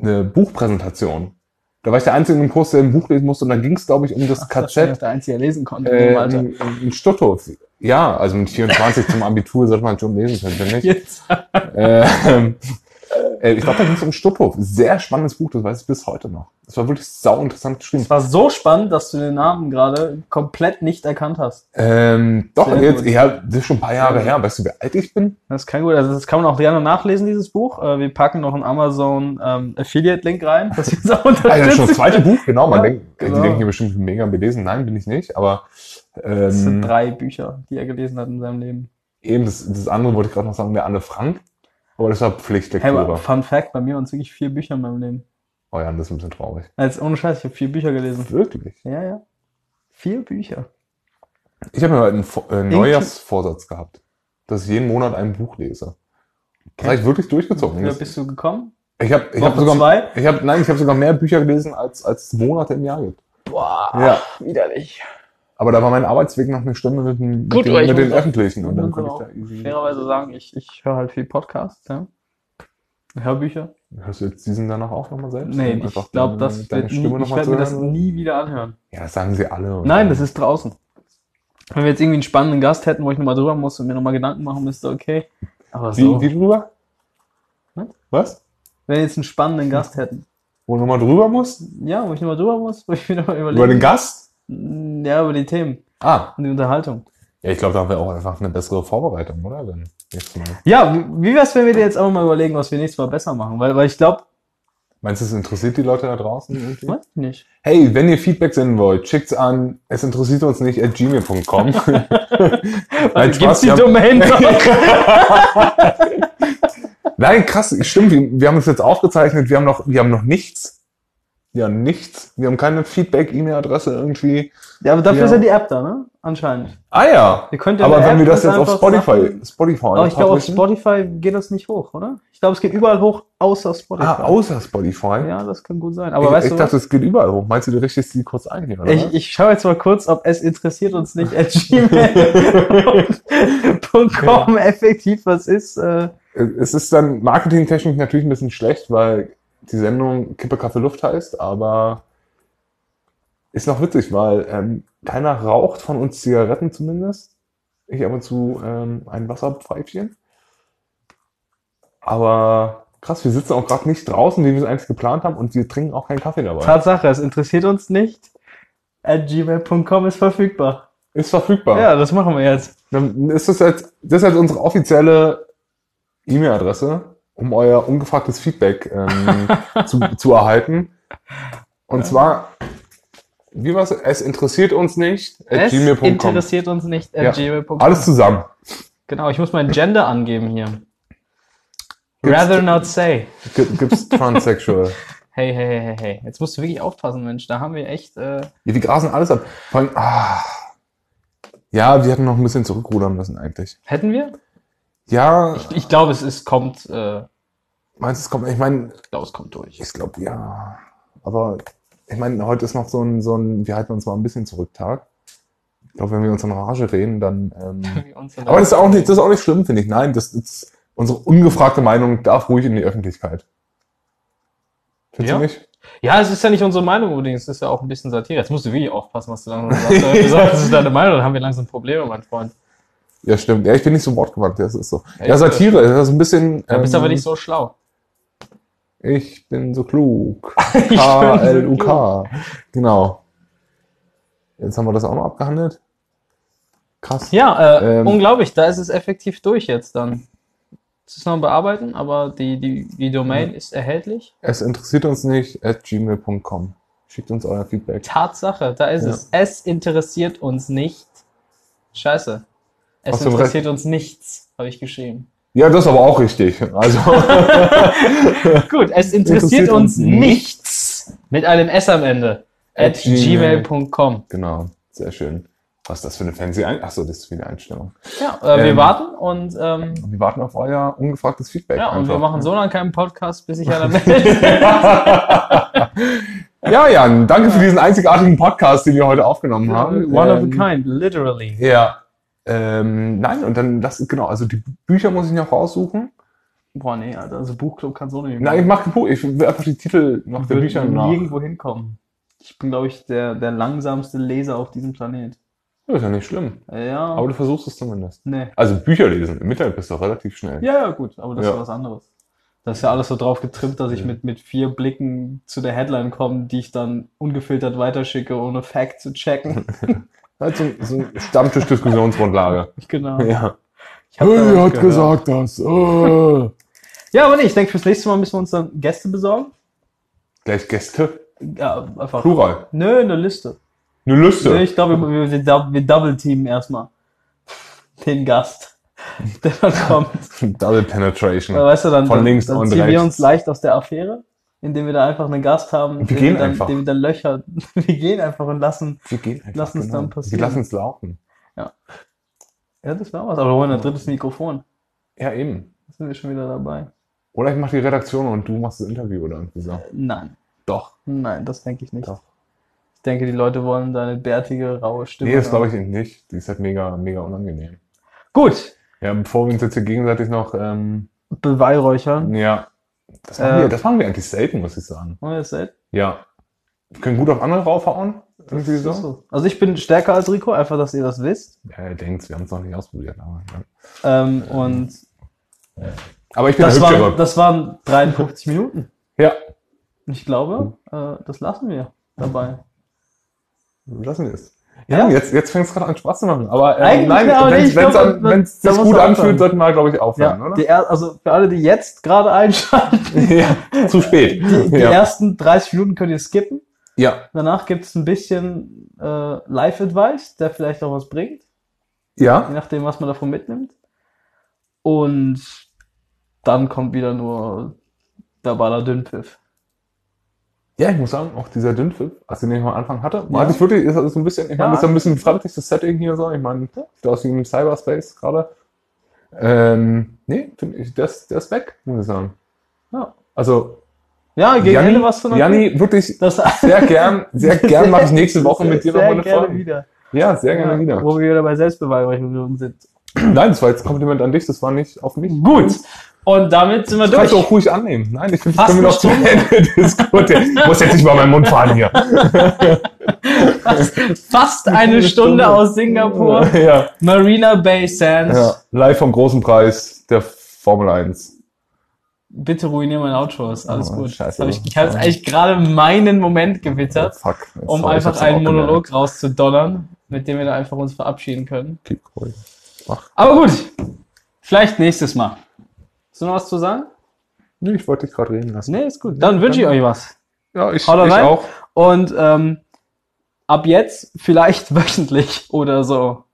Speaker 2: eine Buchpräsentation. Da war ich der Einzige im Kurs, der ein Buch lesen musste. Und da ging es, glaube ich, um das
Speaker 1: das ist
Speaker 2: KZ
Speaker 1: der Einzige, der lesen konnte.
Speaker 2: äh,
Speaker 1: du, Alter.
Speaker 2: in, in Stutthof. Ja, also mit 24 zum Abitur sollte man schon lesen können, finde ich.
Speaker 1: Jetzt.
Speaker 2: Ähm, äh, ich glaube, da ging es um Stutthof. Sehr spannendes Buch, das weiß ich bis heute noch. Das war wirklich sau interessant geschrieben.
Speaker 1: Es war so spannend, dass du den Namen gerade komplett nicht erkannt hast.
Speaker 2: Ähm, doch,
Speaker 1: Sehr
Speaker 2: jetzt,
Speaker 1: gut.
Speaker 2: ja, das ist schon ein paar Jahre
Speaker 1: Sehr
Speaker 2: her. Weißt du, wie alt ich bin?
Speaker 1: Das ist kein gut. Also das kann man auch gerne nachlesen, dieses Buch. Äh, Wir packen noch einen Amazon ähm, Affiliate-Link rein, dass ihr es auch
Speaker 2: Also schon das
Speaker 1: unterstützt.
Speaker 2: zweite Buch, genau. Man
Speaker 1: Ja,
Speaker 2: denkt,
Speaker 1: genau.
Speaker 2: die denken hier bestimmt mega belesen. Nein, bin ich nicht. Aber
Speaker 1: Das sind
Speaker 2: ähm,
Speaker 1: drei Bücher, die er gelesen hat in seinem Leben.
Speaker 2: eben das, das andere wollte ich gerade noch sagen, der Anne Frank. Aber das war
Speaker 1: Hey, aber
Speaker 2: Pflichtlektüre.
Speaker 1: Fun Fact, bei mir waren es wirklich vier Bücher in meinem Leben.
Speaker 2: Oh ja, das ist ein bisschen traurig.
Speaker 1: Also ohne Scheiß, ich habe vier Bücher gelesen.
Speaker 2: Wirklich.
Speaker 1: Ja, ja. Vier Bücher.
Speaker 2: Ich habe mir heute einen Vo- äh, Neujahrsvorsatz gehabt, dass ich jeden Monat ein Buch lese. Das habe ich wirklich durchgezogen.
Speaker 1: Wie
Speaker 2: Das-
Speaker 1: weit bist du gekommen?
Speaker 2: Ich habe ich
Speaker 1: Woche
Speaker 2: hab sogar
Speaker 1: zwei?
Speaker 2: Ich hab, nein, ich habe sogar mehr Bücher gelesen als als Monate im Jahr gibt.
Speaker 1: Boah,
Speaker 2: Ja.
Speaker 1: widerlich.
Speaker 2: Aber da war mein Arbeitsweg noch eine Stunde mit, dem- mit,
Speaker 1: Gut, aber
Speaker 2: den,
Speaker 1: ich
Speaker 2: mit
Speaker 1: muss
Speaker 2: den
Speaker 1: auch-
Speaker 2: öffentlichen und
Speaker 1: Ich
Speaker 2: dann
Speaker 1: muss
Speaker 2: konnte
Speaker 1: aber
Speaker 2: ich da easy.
Speaker 1: Fairerweise sagen, ich, ich höre halt viel Podcasts, ja. Hörbücher.
Speaker 2: Hörst du jetzt diesen danach auch nochmal selbst?
Speaker 1: Nee,
Speaker 2: Um
Speaker 1: ich
Speaker 2: einfach
Speaker 1: glaube,
Speaker 2: deine-
Speaker 1: das
Speaker 2: deine
Speaker 1: wird nie,
Speaker 2: Stimme noch
Speaker 1: ich
Speaker 2: mal
Speaker 1: werde
Speaker 2: zu
Speaker 1: mir das
Speaker 2: hören?
Speaker 1: nie wieder anhören.
Speaker 2: Ja, das sagen sie alle. Und
Speaker 1: Nein, das ist draußen. Wenn wir jetzt irgendwie einen spannenden Gast hätten, wo ich nochmal drüber muss und mir nochmal Gedanken machen müsste, okay. Aber
Speaker 2: Wie,
Speaker 1: so.
Speaker 2: wie drüber?
Speaker 1: Was?
Speaker 2: Was?
Speaker 1: Wenn wir jetzt einen spannenden Gast hätten.
Speaker 2: Wo du nochmal drüber musst?
Speaker 1: Ja, wo ich nochmal drüber muss, wo ich mir nochmal überlege.
Speaker 2: Über den Gast?
Speaker 1: Ja, über die Themen
Speaker 2: Ah.
Speaker 1: und die Unterhaltung.
Speaker 2: Ja, ich glaube, da haben wir auch einfach eine bessere Vorbereitung, oder? Dann nächstes Mal.
Speaker 1: Ja, wie, wie wär's, wenn wir dir jetzt auch mal überlegen, was wir nächstes Mal besser machen? Weil, weil ich glaube,
Speaker 2: Meinst du, es interessiert die Leute da draußen? irgendwie?
Speaker 1: weiß ich nicht.
Speaker 2: Hey, wenn ihr Feedback senden wollt, schickt's an, es interessiert uns nicht
Speaker 1: (laughs)
Speaker 2: at (laughs) gmail.com. Nein,
Speaker 1: Also, gibt's
Speaker 2: Spaß,
Speaker 1: die
Speaker 2: wir haben,
Speaker 1: Domain
Speaker 2: (laughs)
Speaker 1: noch?
Speaker 2: nein, krass, stimmt, wir, wir haben es jetzt aufgezeichnet, wir haben noch, wir haben noch nichts. Ja, nichts. Wir haben keine Feedback-E-Mail-Adresse irgendwie.
Speaker 1: Ja, aber dafür
Speaker 2: Ja.
Speaker 1: ist ja die App da, ne? Anscheinend.
Speaker 2: Ah ja.
Speaker 1: Ihr könnt ja
Speaker 2: Aber
Speaker 1: in der
Speaker 2: wenn wir
Speaker 1: App
Speaker 2: das jetzt auf
Speaker 1: einfach
Speaker 2: Spotify,
Speaker 1: Sachen-
Speaker 2: Spotify
Speaker 1: Aber ich glaube, auf
Speaker 2: publishen-
Speaker 1: Spotify geht das nicht hoch, oder? Ich glaube, es geht überall hoch, außer Spotify.
Speaker 2: Ah, außer Spotify.
Speaker 1: Ja, das kann gut sein. Aber
Speaker 2: ich,
Speaker 1: weißt
Speaker 2: ich
Speaker 1: du,
Speaker 2: dachte, es geht überall hoch. Meinst du, du richtest die kurz ein hier, oder?
Speaker 1: ich, ich schaue jetzt mal kurz, ob es interessiert uns nicht at gmail.com effektiv was ist. Äh,
Speaker 2: es ist dann marketingtechnisch natürlich ein bisschen schlecht, weil die Sendung Kippe Kaffee Luft heißt, aber ist noch witzig, weil ähm, keiner raucht von uns Zigaretten zumindest. Ich ab und zu ähm, ein Wasserpfeifchen. Aber krass, wir sitzen auch gerade nicht draußen, wie wir es eigentlich geplant haben, und wir trinken auch keinen Kaffee dabei.
Speaker 1: Tatsache, es interessiert uns nicht. At gmail.com ist verfügbar.
Speaker 2: Ist verfügbar.
Speaker 1: Ja, das machen wir jetzt.
Speaker 2: Dann ist das jetzt, das ist jetzt unsere offizielle E-Mail-Adresse, um euer ungefragtes Feedback
Speaker 1: (laughs)
Speaker 2: ähm, zu, zu erhalten. Und zwar, wie war's? Es interessiert uns nicht.
Speaker 1: Es
Speaker 2: At gmail.com.
Speaker 1: interessiert uns nicht
Speaker 2: Ja.
Speaker 1: at gmail.com.
Speaker 2: Alles zusammen.
Speaker 1: Genau, ich muss mein Gender angeben hier. Rather not say. (laughs)
Speaker 2: Gi- Gibt's transsexual.
Speaker 1: Hey, hey, hey, hey, hey. Jetzt musst du wirklich aufpassen, Mensch. Da haben wir echt. Äh,
Speaker 2: Ja, die grasen alles ab. Vor allem, ah. Ja, die hätten noch ein bisschen zurückrudern müssen eigentlich.
Speaker 1: hätten wir?
Speaker 2: Ja,
Speaker 1: Ich, ich glaube, es ist, kommt. Äh,
Speaker 2: meinst du, es kommt, ich meine,
Speaker 1: Klaus kommt durch.
Speaker 2: ich glaube, ja. Aber ich meine, heute ist noch so ein, so ein, wir halten uns mal ein bisschen zurück Tag. Ich glaube, wenn wir uns in Rage reden, dann,
Speaker 1: (laughs)
Speaker 2: ähm, aber das ist auch nicht, das ist auch nicht schlimm, finde ich. Nein, das ist, unsere ungefragte Meinung darf ruhig in die Öffentlichkeit. Findest
Speaker 1: Ja.
Speaker 2: du nicht?
Speaker 1: Ja, es ist ja nicht unsere Meinung übrigens, es ist ja auch ein bisschen Satire. Jetzt musst du wirklich aufpassen, was du langsam
Speaker 2: (laughs)
Speaker 1: sagst. Du sagst, das ist deine Meinung, dann haben wir langsam Probleme, mein Freund.
Speaker 2: Ja, stimmt. Ja, ich bin nicht so wortgewandt, das ist so.
Speaker 1: Ja,
Speaker 2: Ja,
Speaker 1: ich-
Speaker 2: Satire, das ist ein bisschen.
Speaker 1: Du bist
Speaker 2: ähm,
Speaker 1: aber nicht so
Speaker 2: (laughs)
Speaker 1: schlau.
Speaker 2: Ich bin
Speaker 1: (laughs)
Speaker 2: so klug.
Speaker 1: bin so
Speaker 2: Ah, K-L-U-K. Genau. Jetzt haben wir das auch noch abgehandelt. Krass.
Speaker 1: Ja, äh,
Speaker 2: Ähm.
Speaker 1: unglaublich, da ist es effektiv durch jetzt dann. Es ist noch ein Bearbeiten, aber die, die, die Domain ist erhältlich.
Speaker 2: Es interessiert uns nicht at gmail.com. Schickt uns euer Feedback.
Speaker 1: Tatsache, da ist
Speaker 2: Ja.
Speaker 1: es. Es interessiert uns nicht. Scheiße. Es
Speaker 2: Hast du
Speaker 1: interessiert uns nichts, habe ich geschrieben. (laughs)
Speaker 2: Ja, das ist aber auch richtig. Also, (laughs)
Speaker 1: Gut, es interessiert
Speaker 2: Interessiert
Speaker 1: uns
Speaker 2: uns
Speaker 1: nichts. Mit einem S am Ende. At
Speaker 2: At gmail.
Speaker 1: gmail.com.
Speaker 2: genau. Sehr schön. Was ist das für eine fancy Einstellung? Achso, das ist wieder Einstellung.
Speaker 1: Ja, äh, wir
Speaker 2: Ähm,
Speaker 1: warten und, ähm,
Speaker 2: Wir warten auf euer ungefragtes Feedback.
Speaker 1: ja, und wir
Speaker 2: einfach.
Speaker 1: machen so lange keinen Podcast, bis sich einer meldet.
Speaker 2: (laughs) Ja, Jan, danke für diesen einzigartigen Podcast, den wir heute aufgenommen haben.
Speaker 1: (laughs) One of a
Speaker 2: Ähm,
Speaker 1: kind, literally.
Speaker 2: Ja. Ähm, nein, und dann das, genau, also die Bücher muss ich noch raussuchen.
Speaker 1: Boah, nee, Alter, also Buchclub kannst du auch nicht
Speaker 2: Nein, ich mache ich will einfach die Titel nach den Büchern nach.
Speaker 1: nirgendwo hinkommen. Ich bin, glaube ich, der, der langsamste Leser auf diesem Planet.
Speaker 2: Das ist ja nicht schlimm.
Speaker 1: Äh, Ja,
Speaker 2: Aber du versuchst es zumindest.
Speaker 1: nee.
Speaker 2: Also Bücher lesen, im Internet bist du relativ schnell.
Speaker 1: Ja, ja, gut, aber das ist
Speaker 2: Ja.
Speaker 1: ja was anderes. Das ist ja alles so drauf getrimmt, dass ich
Speaker 2: Ja.
Speaker 1: mit, mit vier Blicken zu der Headline komme, die ich dann ungefiltert weiterschicke, ohne Fact zu
Speaker 2: (laughs)
Speaker 1: checken. (laughs)
Speaker 2: Halt so, so eine Stammtisch-Diskussionsgrundlage.
Speaker 1: (laughs) genau.
Speaker 2: Ja.
Speaker 1: Ich hab da was gehört.
Speaker 2: das. äh.
Speaker 1: Ja, aber nee, ich denke, fürs nächste Mal müssen wir uns dann Gäste besorgen.
Speaker 2: (laughs) Gleich Gäste.
Speaker 1: Ja, einfach.
Speaker 2: Plural.
Speaker 1: Nö, eine Liste.
Speaker 2: Eine Liste.
Speaker 1: Nö, ich glaube, wir, wir, dou- wir double-teamen erstmal den Gast, (laughs) der dann kommt.
Speaker 2: Double Penetration.
Speaker 1: Aber weißt du, dann,
Speaker 2: Von
Speaker 1: dann,
Speaker 2: links
Speaker 1: dann
Speaker 2: und
Speaker 1: ziehen wir
Speaker 2: rechts.
Speaker 1: uns leicht aus der Affäre, indem wir da einfach einen Gast haben,
Speaker 2: Wir
Speaker 1: den,
Speaker 2: gehen
Speaker 1: wir dann,
Speaker 2: einfach.
Speaker 1: den wir dann löchern. (laughs) Wir gehen einfach und lassen.
Speaker 2: Wir gehen einfach,
Speaker 1: Lass uns dann passieren.
Speaker 2: Wir lassen es laufen.
Speaker 1: Ja, das war was. Aber wir holen ein drittes Mikrofon.
Speaker 2: Ja, eben.
Speaker 1: Jetzt sind wir schon wieder dabei.
Speaker 2: Oder ich mache die Redaktion und du machst das Interview oder irgendwie so.
Speaker 1: Nein,
Speaker 2: Doch.
Speaker 1: nein, das denke ich nicht.
Speaker 2: Doch.
Speaker 1: Ich denke, die Leute wollen deine bärtige, raue Stimme.
Speaker 2: Nee, das
Speaker 1: haben.
Speaker 2: glaube ich eben nicht. Die ist halt mega, mega unangenehm.
Speaker 1: Gut,
Speaker 2: Ja, bevor wir uns jetzt hier gegenseitig noch, ähm,
Speaker 1: beweihräuchern.
Speaker 2: ja, das machen,
Speaker 1: Äh.
Speaker 2: wir, das machen wir eigentlich selten, muss ich sagen.
Speaker 1: Wollen wir das selbst?
Speaker 2: Ja. Wir können gut auf andere raufhauen. Irgendwie
Speaker 1: Das ist
Speaker 2: so.
Speaker 1: so. Also ich bin stärker als Rico, einfach, dass ihr das wisst.
Speaker 2: Ja, er denkt, wir haben es noch nicht ausprobiert. Aber, ja.
Speaker 1: Ähm, und
Speaker 2: aber ich bin
Speaker 1: das
Speaker 2: der
Speaker 1: waren,
Speaker 2: Hübschere.
Speaker 1: das waren 53 Minuten.
Speaker 2: Ja,
Speaker 1: Ich glaube, äh, das lassen wir dabei.
Speaker 2: lassen wir es.
Speaker 1: Ja?
Speaker 2: Ja, jetzt, jetzt fängt es gerade an Spaß zu machen. Aber ähm,
Speaker 1: Eigentlich
Speaker 2: nein,
Speaker 1: aber
Speaker 2: wenn
Speaker 1: nicht.
Speaker 2: es
Speaker 1: Ich glaub, man-
Speaker 2: sich
Speaker 1: da
Speaker 2: gut
Speaker 1: musst du aufhören.
Speaker 2: anfühlt, sollten wir, glaube ich, aufhören,
Speaker 1: Ja, die er also für alle, die jetzt gerade einschalten,
Speaker 2: oder? (laughs) ja, zu spät.
Speaker 1: (laughs) die, die
Speaker 2: ja.
Speaker 1: ersten 30 Minuten könnt ihr skippen.
Speaker 2: ja,
Speaker 1: Danach gibt es ein bisschen äh, Live-Advice, der vielleicht auch was bringt, je
Speaker 2: ja,
Speaker 1: nachdem, was man davon mitnimmt. Und dann kommt wieder nur der Baller Dünnpfiff.
Speaker 2: ja, ich muss sagen, auch dieser Dünnpfiff, als ich den ich am Anfang hatte,
Speaker 1: Ja.
Speaker 2: war ich wirklich, ist das so ein bisschen, ich
Speaker 1: Ja.
Speaker 2: meine, das ist ein bisschen ein fremdliches Setting hier so, ich meine, sieht aus wie im Cyberspace gerade. Ähm, nee, finde ich, der ist, der ist weg, muss ich sagen.
Speaker 1: Ja,
Speaker 2: Also,
Speaker 1: ja gegen
Speaker 2: Janni,
Speaker 1: Ende was von
Speaker 2: Janni, wirklich
Speaker 1: Das
Speaker 2: sehr gern,
Speaker 1: (laughs)
Speaker 2: sehr gern mache ich nächste Woche mit dir
Speaker 1: sehr
Speaker 2: nochmal eine
Speaker 1: gerne
Speaker 2: Folge.
Speaker 1: wieder.
Speaker 2: Ja, sehr gerne
Speaker 1: Ja,
Speaker 2: wieder.
Speaker 1: Wo wir wieder bei Selbstbeweihräucherung sind.
Speaker 2: Nein, das war jetzt ein Kompliment an dich, das war nicht auf mich.
Speaker 1: Gut, und damit sind wir
Speaker 2: Das kannst du
Speaker 1: durch.
Speaker 2: auch ruhig annehmen. Nein, ich finde,
Speaker 1: Fast
Speaker 2: das können wir noch zum
Speaker 1: eine
Speaker 2: Ende diskutieren. Ich muss jetzt nicht über meinen Mund
Speaker 1: (laughs)
Speaker 2: fahren hier.
Speaker 1: Fast, fast eine Stunde aus Singapur.
Speaker 2: Ja.
Speaker 1: Marina Bay Sands.
Speaker 2: ja. Live vom großen Preis der Formel 1.
Speaker 1: Bitte ruinier mein Outro, ist alles
Speaker 2: Oh,
Speaker 1: gut.
Speaker 2: scheiße.
Speaker 1: Hab ich ich habe jetzt eigentlich gerade meinen Moment gewittert,
Speaker 2: Oh, fuck. Jetzt
Speaker 1: um
Speaker 2: sorry, ich
Speaker 1: einfach
Speaker 2: hab's auch
Speaker 1: einen
Speaker 2: gemerkt.
Speaker 1: Monolog rauszudonnern, mit dem wir dann einfach uns verabschieden können.
Speaker 2: Keep going. Mach.
Speaker 1: Aber gut, vielleicht nächstes Mal. Hast du noch was zu sagen?
Speaker 2: Nee, ich wollte dich gerade reden lassen.
Speaker 1: Nee, ist gut. Dann wünsche ich euch was.
Speaker 2: Ja, ich, ich
Speaker 1: Haut rein.
Speaker 2: auch.
Speaker 1: Und ähm, ab jetzt vielleicht (laughs) wöchentlich oder so.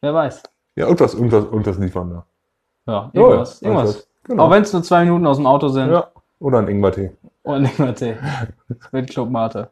Speaker 1: Wer weiß.
Speaker 2: Ja, irgendwas, irgendwas, irgendwas liefern da.
Speaker 1: Ja, irgendwas.
Speaker 2: Ja,
Speaker 1: irgendwas.
Speaker 2: irgendwas. Genau.
Speaker 1: Auch wenn es nur zwei Minuten aus dem Auto sind.
Speaker 2: ja. Oder ein Ingwer-Tee. (laughs)
Speaker 1: Und Ingwer-Tee. Mit Club Mate.